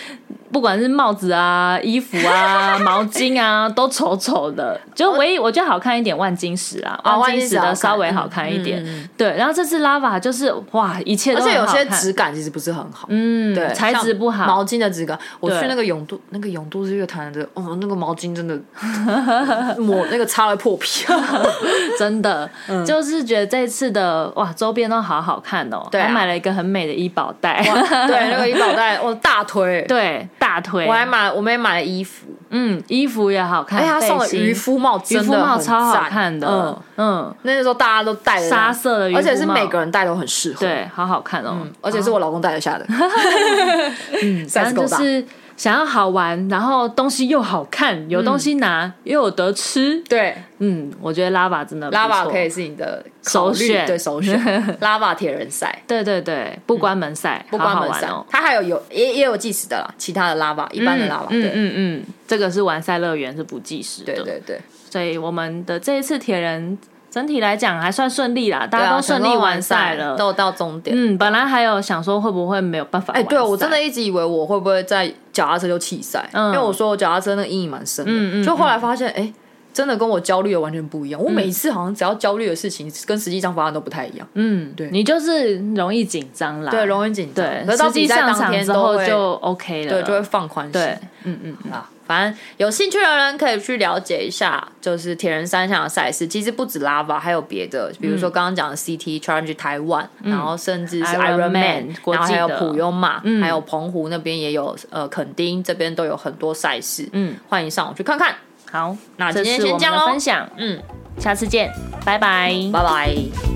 B: 不管是帽子啊、衣服啊、毛巾啊，都丑丑的。就唯一我觉得好看一点万金石啊，
A: 啊
B: 万金石
A: 万
B: 的
A: 金石好看嗯
B: 稍微好看一点。对，然后这次 Lava 就是哇，一切都
A: 而且有
B: 很好
A: 些
B: 看
A: 质感其实不是很好，
B: 嗯
A: 对，
B: 材质
A: 像
B: 不好，
A: 毛巾的质感。我去
B: 对
A: 那个永度，那个永度日月潭的，哦，那个毛巾真的抹那个擦了破皮， <laughs>
B: 真的、
A: 嗯
B: 就是觉得这次的哇周边都好好看哦，
A: 对啊
B: 还买了一个很美的医保袋，
A: 对，
B: <laughs>
A: 那个医保袋，我大推，
B: 对大腿，
A: 我还买，我们也买了衣服，
B: 嗯衣服也好看，
A: 而且他哎送了
B: 背心
A: 渔夫帽，
B: 渔
A: 真
B: 夫
A: 的
B: 帽
A: 很
B: 超好
A: 赞
B: 看的，
A: 嗯，
B: 嗯
A: 那个时候大家都戴了
B: 沙色的渔夫帽
A: 而且是每个人戴都嗯很适合，，
B: 对，好好看哦，
A: 而且是我老公戴得下的， <laughs> 嗯，
B: 反
A: size
B: 正
A: 够
B: 就
A: 大，
B: 是想要好玩，然后东西又好
A: 嗯
B: 看，有东西拿、又有得吃。
A: 对，
B: 嗯，我觉得拉瓦真的不
A: 拉瓦
B: 错
A: 可以，是你的
B: 首
A: 考虑
B: 选
A: 对首
B: <laughs>
A: 选，拉瓦铁人赛。
B: 对对对，不关门赛，
A: 嗯不关
B: 好好
A: 门
B: 玩
A: 赛，
B: 哦。
A: 它还有有也也有计时的啦，其他的拉吧，一般的拉吧，
B: 嗯嗯
A: 对
B: 嗯嗯，这个是玩赛乐园是不计时的，
A: 对对对，
B: 所以我们的这一次铁人整体来讲还算顺利啦，大
A: 对
B: 家
A: 啊
B: 都顺利完赛了。
A: 都有到终点。
B: 嗯，本来还有想说会不会没有办法
A: 哎，
B: 完赛，
A: 对我真的一直以为我会不会在脚踏车就弃赛，因
B: 嗯
A: 为我说我脚踏车那个阴影蛮深
B: 嗯嗯嗯
A: 的，就后来发现，哎，真的跟我焦虑的完全不一样。我每一次好像只要焦虑的事情，跟实际上发生都不太一样，
B: 嗯，
A: 对
B: 你就是容易紧张啦，
A: 对，容易紧张。
B: 对
A: 可是，到
B: 实际
A: 比赛
B: 上
A: 当
B: 场
A: 天
B: 之
A: 都
B: 后
A: 会
B: 就 OK 了，
A: 对就会放宽心。
B: 对，嗯嗯，
A: 啊，反正有兴趣的人可以去了解一下，就是铁人三项的赛事，其实不止 Lava，还有别的，比
B: 嗯
A: 如说刚刚讲的 CT Challenge Taiwan，、然后甚至是
B: Iron
A: Iron
B: Man，
A: Man，
B: 国
A: 然后
B: 际
A: 还有
B: 的
A: 普悠玛，
B: 嗯
A: 还有澎湖那边也有，呃，垦丁这边都有很多赛事，
B: 嗯，
A: 欢迎上网去看看，
B: 好，
A: 那
B: 这
A: 今天
B: 是
A: 先
B: 我
A: 这样
B: 们的
A: 咯
B: 分享，
A: 嗯，
B: 下次见，拜拜。
A: 拜拜。